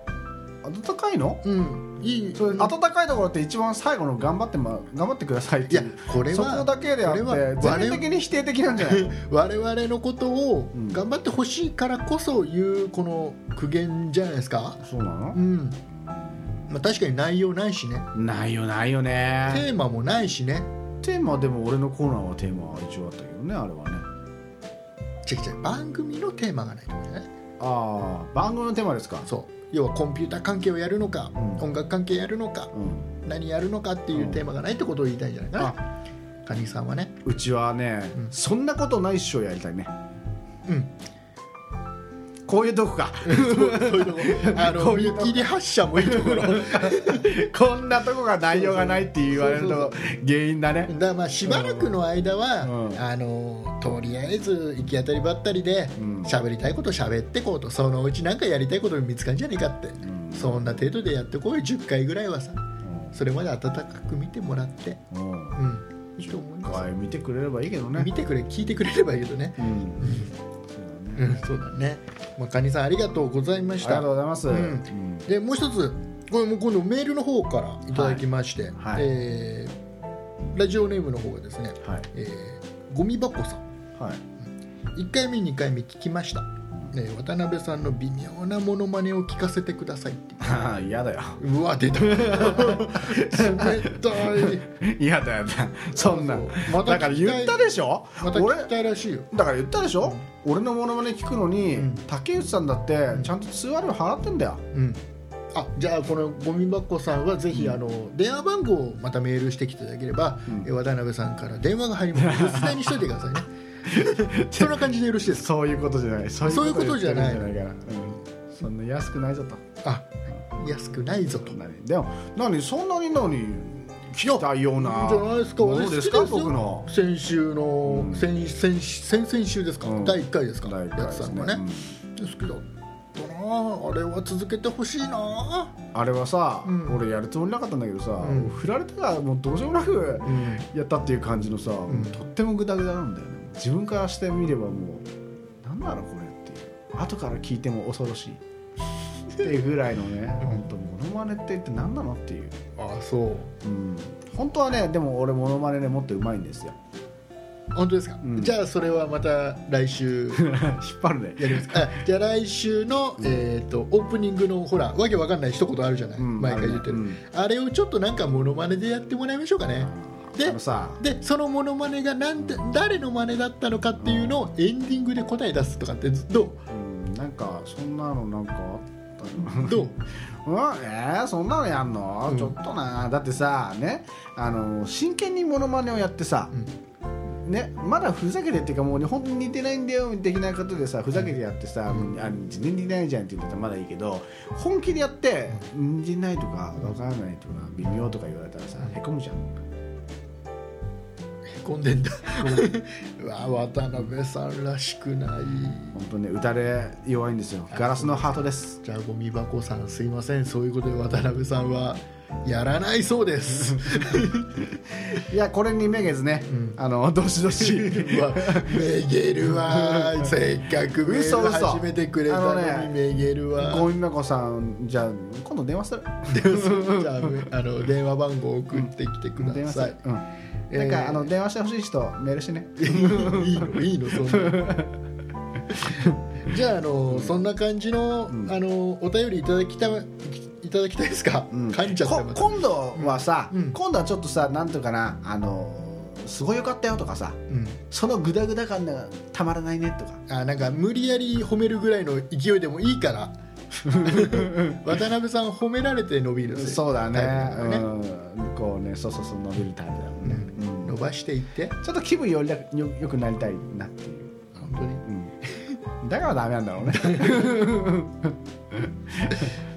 Speaker 1: 暖かいの
Speaker 2: うんいい
Speaker 1: それ暖かいところって一番最後の頑張って、ま、頑張ってくださいっていう
Speaker 2: いやこれは
Speaker 1: そこだけであって
Speaker 2: これは
Speaker 1: 全面的に否定的なんじゃないの
Speaker 2: 我々のことを
Speaker 1: うん
Speaker 2: 頑張ってほしいからこそ言うこの苦言じゃないですか
Speaker 1: そうなの
Speaker 2: うん、まあ、確かに内容ないしね
Speaker 1: ないよないよ
Speaker 2: テ
Speaker 1: ね
Speaker 2: ーマもないしね
Speaker 1: テーマでも俺のコーナーはテーマは一応あったけどねあれはね
Speaker 2: 違う違う番組のテーマがないってことね
Speaker 1: ああ番組のテーマですか
Speaker 2: そう要はコンピューター関係をやるのか、
Speaker 1: うん
Speaker 2: 音楽関係やるのか
Speaker 1: うん
Speaker 2: 何やるのかっていうテーマがないってことを言いたいんじゃないかな
Speaker 1: あ
Speaker 2: カニさんはね
Speaker 1: うちはね、
Speaker 2: うん
Speaker 1: そんなことないっしょやりたいね
Speaker 2: うん
Speaker 1: こういうとこか
Speaker 2: そういうとこあ
Speaker 1: こ
Speaker 2: の
Speaker 1: うい
Speaker 2: 見
Speaker 1: うとこ
Speaker 2: 切り発車もいいところだか
Speaker 1: こんなとこが内容がないって言われる
Speaker 2: そう
Speaker 1: の原因だね
Speaker 2: らまあしばらくの間は、
Speaker 1: うん
Speaker 2: あのとりあえず行き当たりばったりで
Speaker 1: うん
Speaker 2: 喋、りたいこと喋ってこうとそのうちなんかやりたいこと見つかんじゃねえかって、
Speaker 1: ん
Speaker 2: そんな程度でやってこい10回ぐらいはさそれまで温かく見てもらって
Speaker 1: うんうん
Speaker 2: うんいいと思います
Speaker 1: はい見てくれればいいけど
Speaker 2: 見
Speaker 1: ね
Speaker 2: てくれ聞いてくれればいいけどね
Speaker 1: うん
Speaker 2: うんそうだね、まあ、カニさんありがとうございま
Speaker 1: あり
Speaker 2: し
Speaker 1: が
Speaker 2: た
Speaker 1: とうございます。
Speaker 2: う
Speaker 1: うんん
Speaker 2: でもう一つこれもう今度メールの方からいただきまして、
Speaker 1: はいはい
Speaker 2: えーラジオネームの方がですね、
Speaker 1: はい。
Speaker 2: えーゴミ箱さん
Speaker 1: はい。
Speaker 2: 1回目2回目聞きました、えー渡辺さんの微妙なモノマネを聞かせてくださいって
Speaker 1: はは嫌だよ。
Speaker 2: うわ出た冷たい
Speaker 1: 嫌だよ。そんな
Speaker 2: そう。また
Speaker 1: だから言ったでしょ
Speaker 2: また
Speaker 1: 俺
Speaker 2: 聞き。たいらしいよ
Speaker 1: だから言ったでしょ、俺のモノマネ聞くのに、
Speaker 2: ん
Speaker 1: 竹内さんだってちゃんと通話料払ってんだよ、
Speaker 2: うんあじゃあこのゴミ箱さんはぜひ、あの電話番号をまたメールしてきていただければ、
Speaker 1: うん
Speaker 2: え渡辺さんから電話が入ります留守電にしといてくだ さいねそんな感じでよろしいですか
Speaker 1: そういうことじゃないそう
Speaker 2: そういうことじゃない
Speaker 1: 言ってるんじゃないから、うん、そんな安くないぞと
Speaker 2: あ安くないぞとじ
Speaker 1: 何でも何そんなに何聞きたいような
Speaker 2: ゃないですか
Speaker 1: も
Speaker 2: 私好
Speaker 1: の
Speaker 2: き
Speaker 1: で
Speaker 2: ですす
Speaker 1: か
Speaker 2: よ
Speaker 1: 僕の
Speaker 2: 先週の、
Speaker 1: うん
Speaker 2: 先先先々週ですか、
Speaker 1: うん
Speaker 2: 第1回ですか
Speaker 1: 第一
Speaker 2: やっ
Speaker 1: 回で
Speaker 2: てた
Speaker 1: す
Speaker 2: の
Speaker 1: ね
Speaker 2: がね、好きだったなああれは続けてほしいな
Speaker 1: うんあれはさ、
Speaker 2: うん
Speaker 1: 俺やるつもりなかったんだけどさ、
Speaker 2: ん
Speaker 1: 振られたらもうどうしようもなく
Speaker 2: あ、うん
Speaker 1: やったっていう感じのさ、
Speaker 2: ん
Speaker 1: とってもグダグダなんだよね自分からしてみればもうなんだろうこれっていう後から聞いても恐ろしいっていうぐらいのね本当モノマネってって何なのっていう、
Speaker 2: あそう
Speaker 1: うん、本当はねでも俺モノマネねもっと上手いんですよ
Speaker 2: 本当ですか、
Speaker 1: うん
Speaker 2: じゃあそれはまた来 週
Speaker 1: 引っ張るね
Speaker 2: やりますかじゃあ来週の、えー、とオープニングのほらわけわかんない一言あるじゃない、
Speaker 1: うん
Speaker 2: 毎回言ってる、
Speaker 1: あるね
Speaker 2: あれをちょっとなんかモノマネでやってもらいましょうかねで
Speaker 1: あのさ
Speaker 2: でそのモノマネがなんて、誰の真似だったのかっていうのをエンディングで答え出すとかってど
Speaker 1: うんなんかそんなのなんかあったの
Speaker 2: うどう
Speaker 1: うん、えー、そんなのやんの、
Speaker 2: うん
Speaker 1: ちょっとなだってさねあの真剣にモノマネをやってさ、ね、まだふざけてっていうかもうね本当に似てないんだよ的なことでさふざけてやってさ「
Speaker 2: うん
Speaker 1: あ全然似てないじゃん」って言ってたらまだいいけど本気でやって「似てない」とか「わからない」とか「微妙」とか言われたらさへこむじゃ
Speaker 2: へ
Speaker 1: ん
Speaker 2: 込んでんだう わ渡辺さんらしくない
Speaker 1: 本当ね打たれ弱いんですよガラスのハートです
Speaker 2: じゃあゴミ箱さんすいませんそういうことで渡辺さんはやらないそうです
Speaker 1: いやこれにめげずね、
Speaker 2: ん
Speaker 1: あのどしどし
Speaker 2: うわめげるわせっかくメー
Speaker 1: 嘘
Speaker 2: ル
Speaker 1: 嘘
Speaker 2: 始めてくれたの
Speaker 1: あ
Speaker 2: に
Speaker 1: のね
Speaker 2: めげるわ
Speaker 1: ゴミ箱さんじゃあ今度電話する
Speaker 2: じゃああの電話番号送ってきてく
Speaker 1: 電
Speaker 2: だ
Speaker 1: 話す
Speaker 2: さ
Speaker 1: る
Speaker 2: い、
Speaker 1: うん、
Speaker 2: えー
Speaker 1: なんかあの電話してほしい人メールしてね
Speaker 2: いいのいいのそんな じゃああの、そんな感じの,、
Speaker 1: ん
Speaker 2: あのお便りいただきたいいただきたいですか、
Speaker 1: うん
Speaker 2: 噛んじゃって
Speaker 1: こ
Speaker 2: ます
Speaker 1: 今度はさ、
Speaker 2: うん
Speaker 1: 今度はちょっとさなんとかなあのすごいよかったよとかさ
Speaker 2: うん
Speaker 1: そのグダグダ感がたまらないねとか
Speaker 2: あなんか無理やり褒めるぐらいの勢いでもいいから 渡辺さん褒められて伸びる
Speaker 1: そうだね
Speaker 2: タイプだからね
Speaker 1: うんこうねそうそうそう伸びるタイプだもんね、う
Speaker 2: 伸
Speaker 1: ん
Speaker 2: ばしていって
Speaker 1: ちょっと気分よりだよよくなりたいなっていう、
Speaker 2: 本当に
Speaker 1: うん、だからダメなんだろうね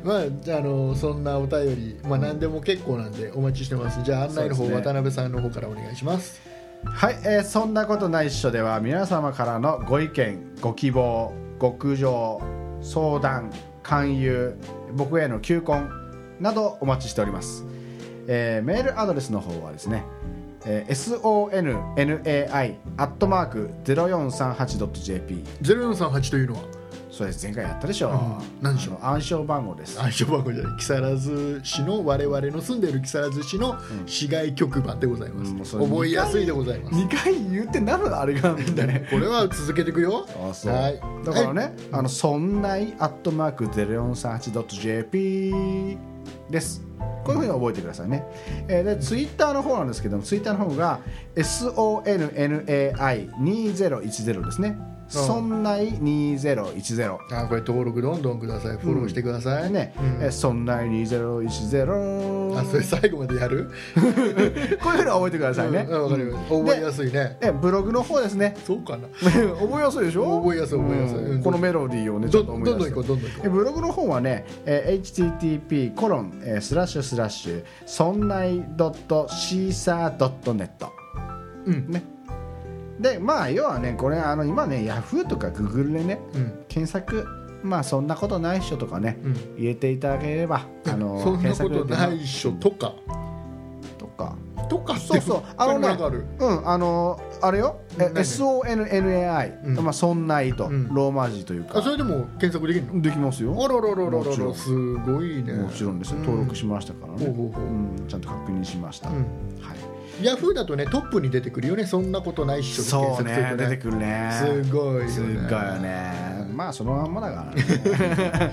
Speaker 2: まあじゃああのそんなお便り、まあ、何でも結構なんでお待ちしてますじゃあ案内の
Speaker 1: そ
Speaker 2: 方、
Speaker 1: うですね
Speaker 2: 渡辺さんの方からお願いします
Speaker 1: はい、えーそんなことないっしょでは皆様からのご意見ご希望ご苦情相談勧誘僕への求婚などお待ちしております、えーメールアドレスの方はですね、えー sonnai.0438.jp
Speaker 2: 0438というのは
Speaker 1: それ前回やったでしょ、
Speaker 2: あー何でしょう
Speaker 1: あの暗証番号です
Speaker 2: 暗証番号じゃない木更津市の我々の住んでいる木更津市の市街局番でございます、
Speaker 1: うんもうそれ
Speaker 2: 覚えやすいでございます
Speaker 1: 2回言ってなるあれがあるんだね
Speaker 2: これは続けていくよ
Speaker 1: あそう
Speaker 2: はい
Speaker 1: だからね、あのそんないアットマーク 0438.jp です。こういうふうに覚えてくださいね。えーで、ツイッターの方なんですけども、ツイッターの方が sonnai2010 ですね。そんない2010。
Speaker 2: あこれ登録どんどんくださいフォローしてください、
Speaker 1: ね、
Speaker 2: うん
Speaker 1: えーそんない2010。
Speaker 2: あそれ最後までやる
Speaker 1: こういうふうに覚えてくださいね。
Speaker 2: うんうんわかります覚えやすいね
Speaker 1: えブログの方ですね。
Speaker 2: そうかな
Speaker 1: 覚えやすいでしょ
Speaker 2: 覚えやすい覚えやすい
Speaker 1: うんこのメロディーをねちょ
Speaker 2: ど
Speaker 1: っと
Speaker 2: ど
Speaker 1: 思
Speaker 2: ん
Speaker 1: い出
Speaker 2: どん
Speaker 1: して
Speaker 2: 行こうどんどん行こ
Speaker 1: えブログの方はね、えー http コロン、えースラッシュスラッシュそんない .caesar.net
Speaker 2: ううん
Speaker 1: ねでまあ要はねこれあの今ね Yahoo とか Google でね
Speaker 2: うん
Speaker 1: 検索まあそんなことないっしょとかね、
Speaker 2: うん
Speaker 1: 入れていただければあの
Speaker 2: そんなこと
Speaker 1: 検索で
Speaker 2: ないっしょとか
Speaker 1: とか
Speaker 2: とかって
Speaker 1: そうそうあのね
Speaker 2: なんかある
Speaker 1: うんあのあれよえ
Speaker 2: 何々
Speaker 1: SONNAI、
Speaker 2: うん
Speaker 1: まあ、そんないと、
Speaker 2: うん
Speaker 1: ローマ字というか
Speaker 2: あそれでも検索できるの
Speaker 1: できますよ
Speaker 2: あららららら
Speaker 1: もちろ
Speaker 2: ら
Speaker 1: ん
Speaker 2: すごいね
Speaker 1: もちろんですよ登録しましたからね、
Speaker 2: ほうほうほう
Speaker 1: うんちゃんと確認しました、
Speaker 2: うん
Speaker 1: はい
Speaker 2: ヤフーだとねトップに出てくるよねそんなことないっしょ
Speaker 1: そう
Speaker 2: って
Speaker 1: ね
Speaker 2: 検
Speaker 1: 出
Speaker 2: 索
Speaker 1: てくるね
Speaker 2: するとすごいよね
Speaker 1: すっごいよねまあそのまんまだ からね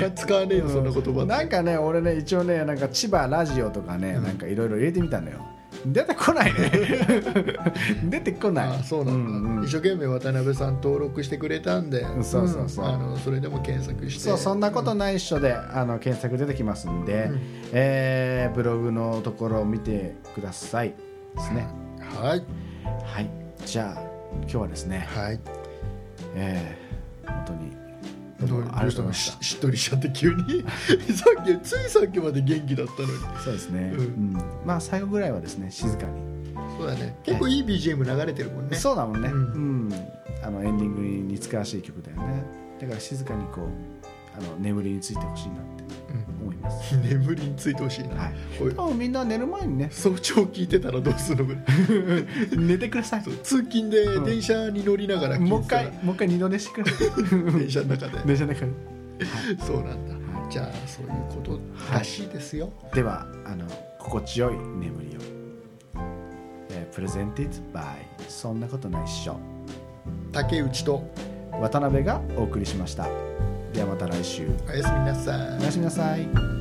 Speaker 2: 他使わねえよそんな言葉
Speaker 1: なんかね俺ね一応ねなんか千葉ラジオとかね、なんかいろいろ入れてみたのよ出てこ ないね出てこない
Speaker 2: あそうなんだ、
Speaker 1: うんうん
Speaker 2: 一生懸命渡辺さん登録してくれたんで
Speaker 1: そうそうそうん
Speaker 2: あのそれでも検索して
Speaker 1: そうそんなことないっしょで、あの検索出てきますんで、
Speaker 2: うん
Speaker 1: えーブログのところを見てくださいですね、
Speaker 2: はい
Speaker 1: はいじゃあ今日はですね、
Speaker 2: はい
Speaker 1: ええ本当に
Speaker 2: どうどうしたのししっとりしちゃって急に さっきついさっきまで元気だったのに
Speaker 1: そうですね、
Speaker 2: う
Speaker 1: うんんまあ最後ぐらいはですね静かに、
Speaker 2: そうだね結構いい BGM 流れてるもんね
Speaker 1: そうだもんね、
Speaker 2: う
Speaker 1: うんんあのエンディングに似つかわしい曲だよねだから静かにこうあの眠りについてほしいなって思います、
Speaker 2: うん、眠りについてほしいな、
Speaker 1: はい
Speaker 2: おい
Speaker 1: もうみんな寝る前 にね
Speaker 2: 早朝聞いてたらどうするのこれ
Speaker 1: 寝てください
Speaker 2: そう通勤で電車に乗りながら聞いて
Speaker 1: もう一
Speaker 2: たら
Speaker 1: 回もう一回二度寝してください
Speaker 2: 電車の中で
Speaker 1: 電車の中で
Speaker 2: そうなんだじゃあそういうことらしいですよ、
Speaker 1: ではあの心地よい眠りを、えー、プレゼンティッ by そんなことないっしょ
Speaker 2: 竹内と
Speaker 1: 渡辺がお送りしましたではまた来週
Speaker 2: おやすみなさい
Speaker 1: おやすみなさい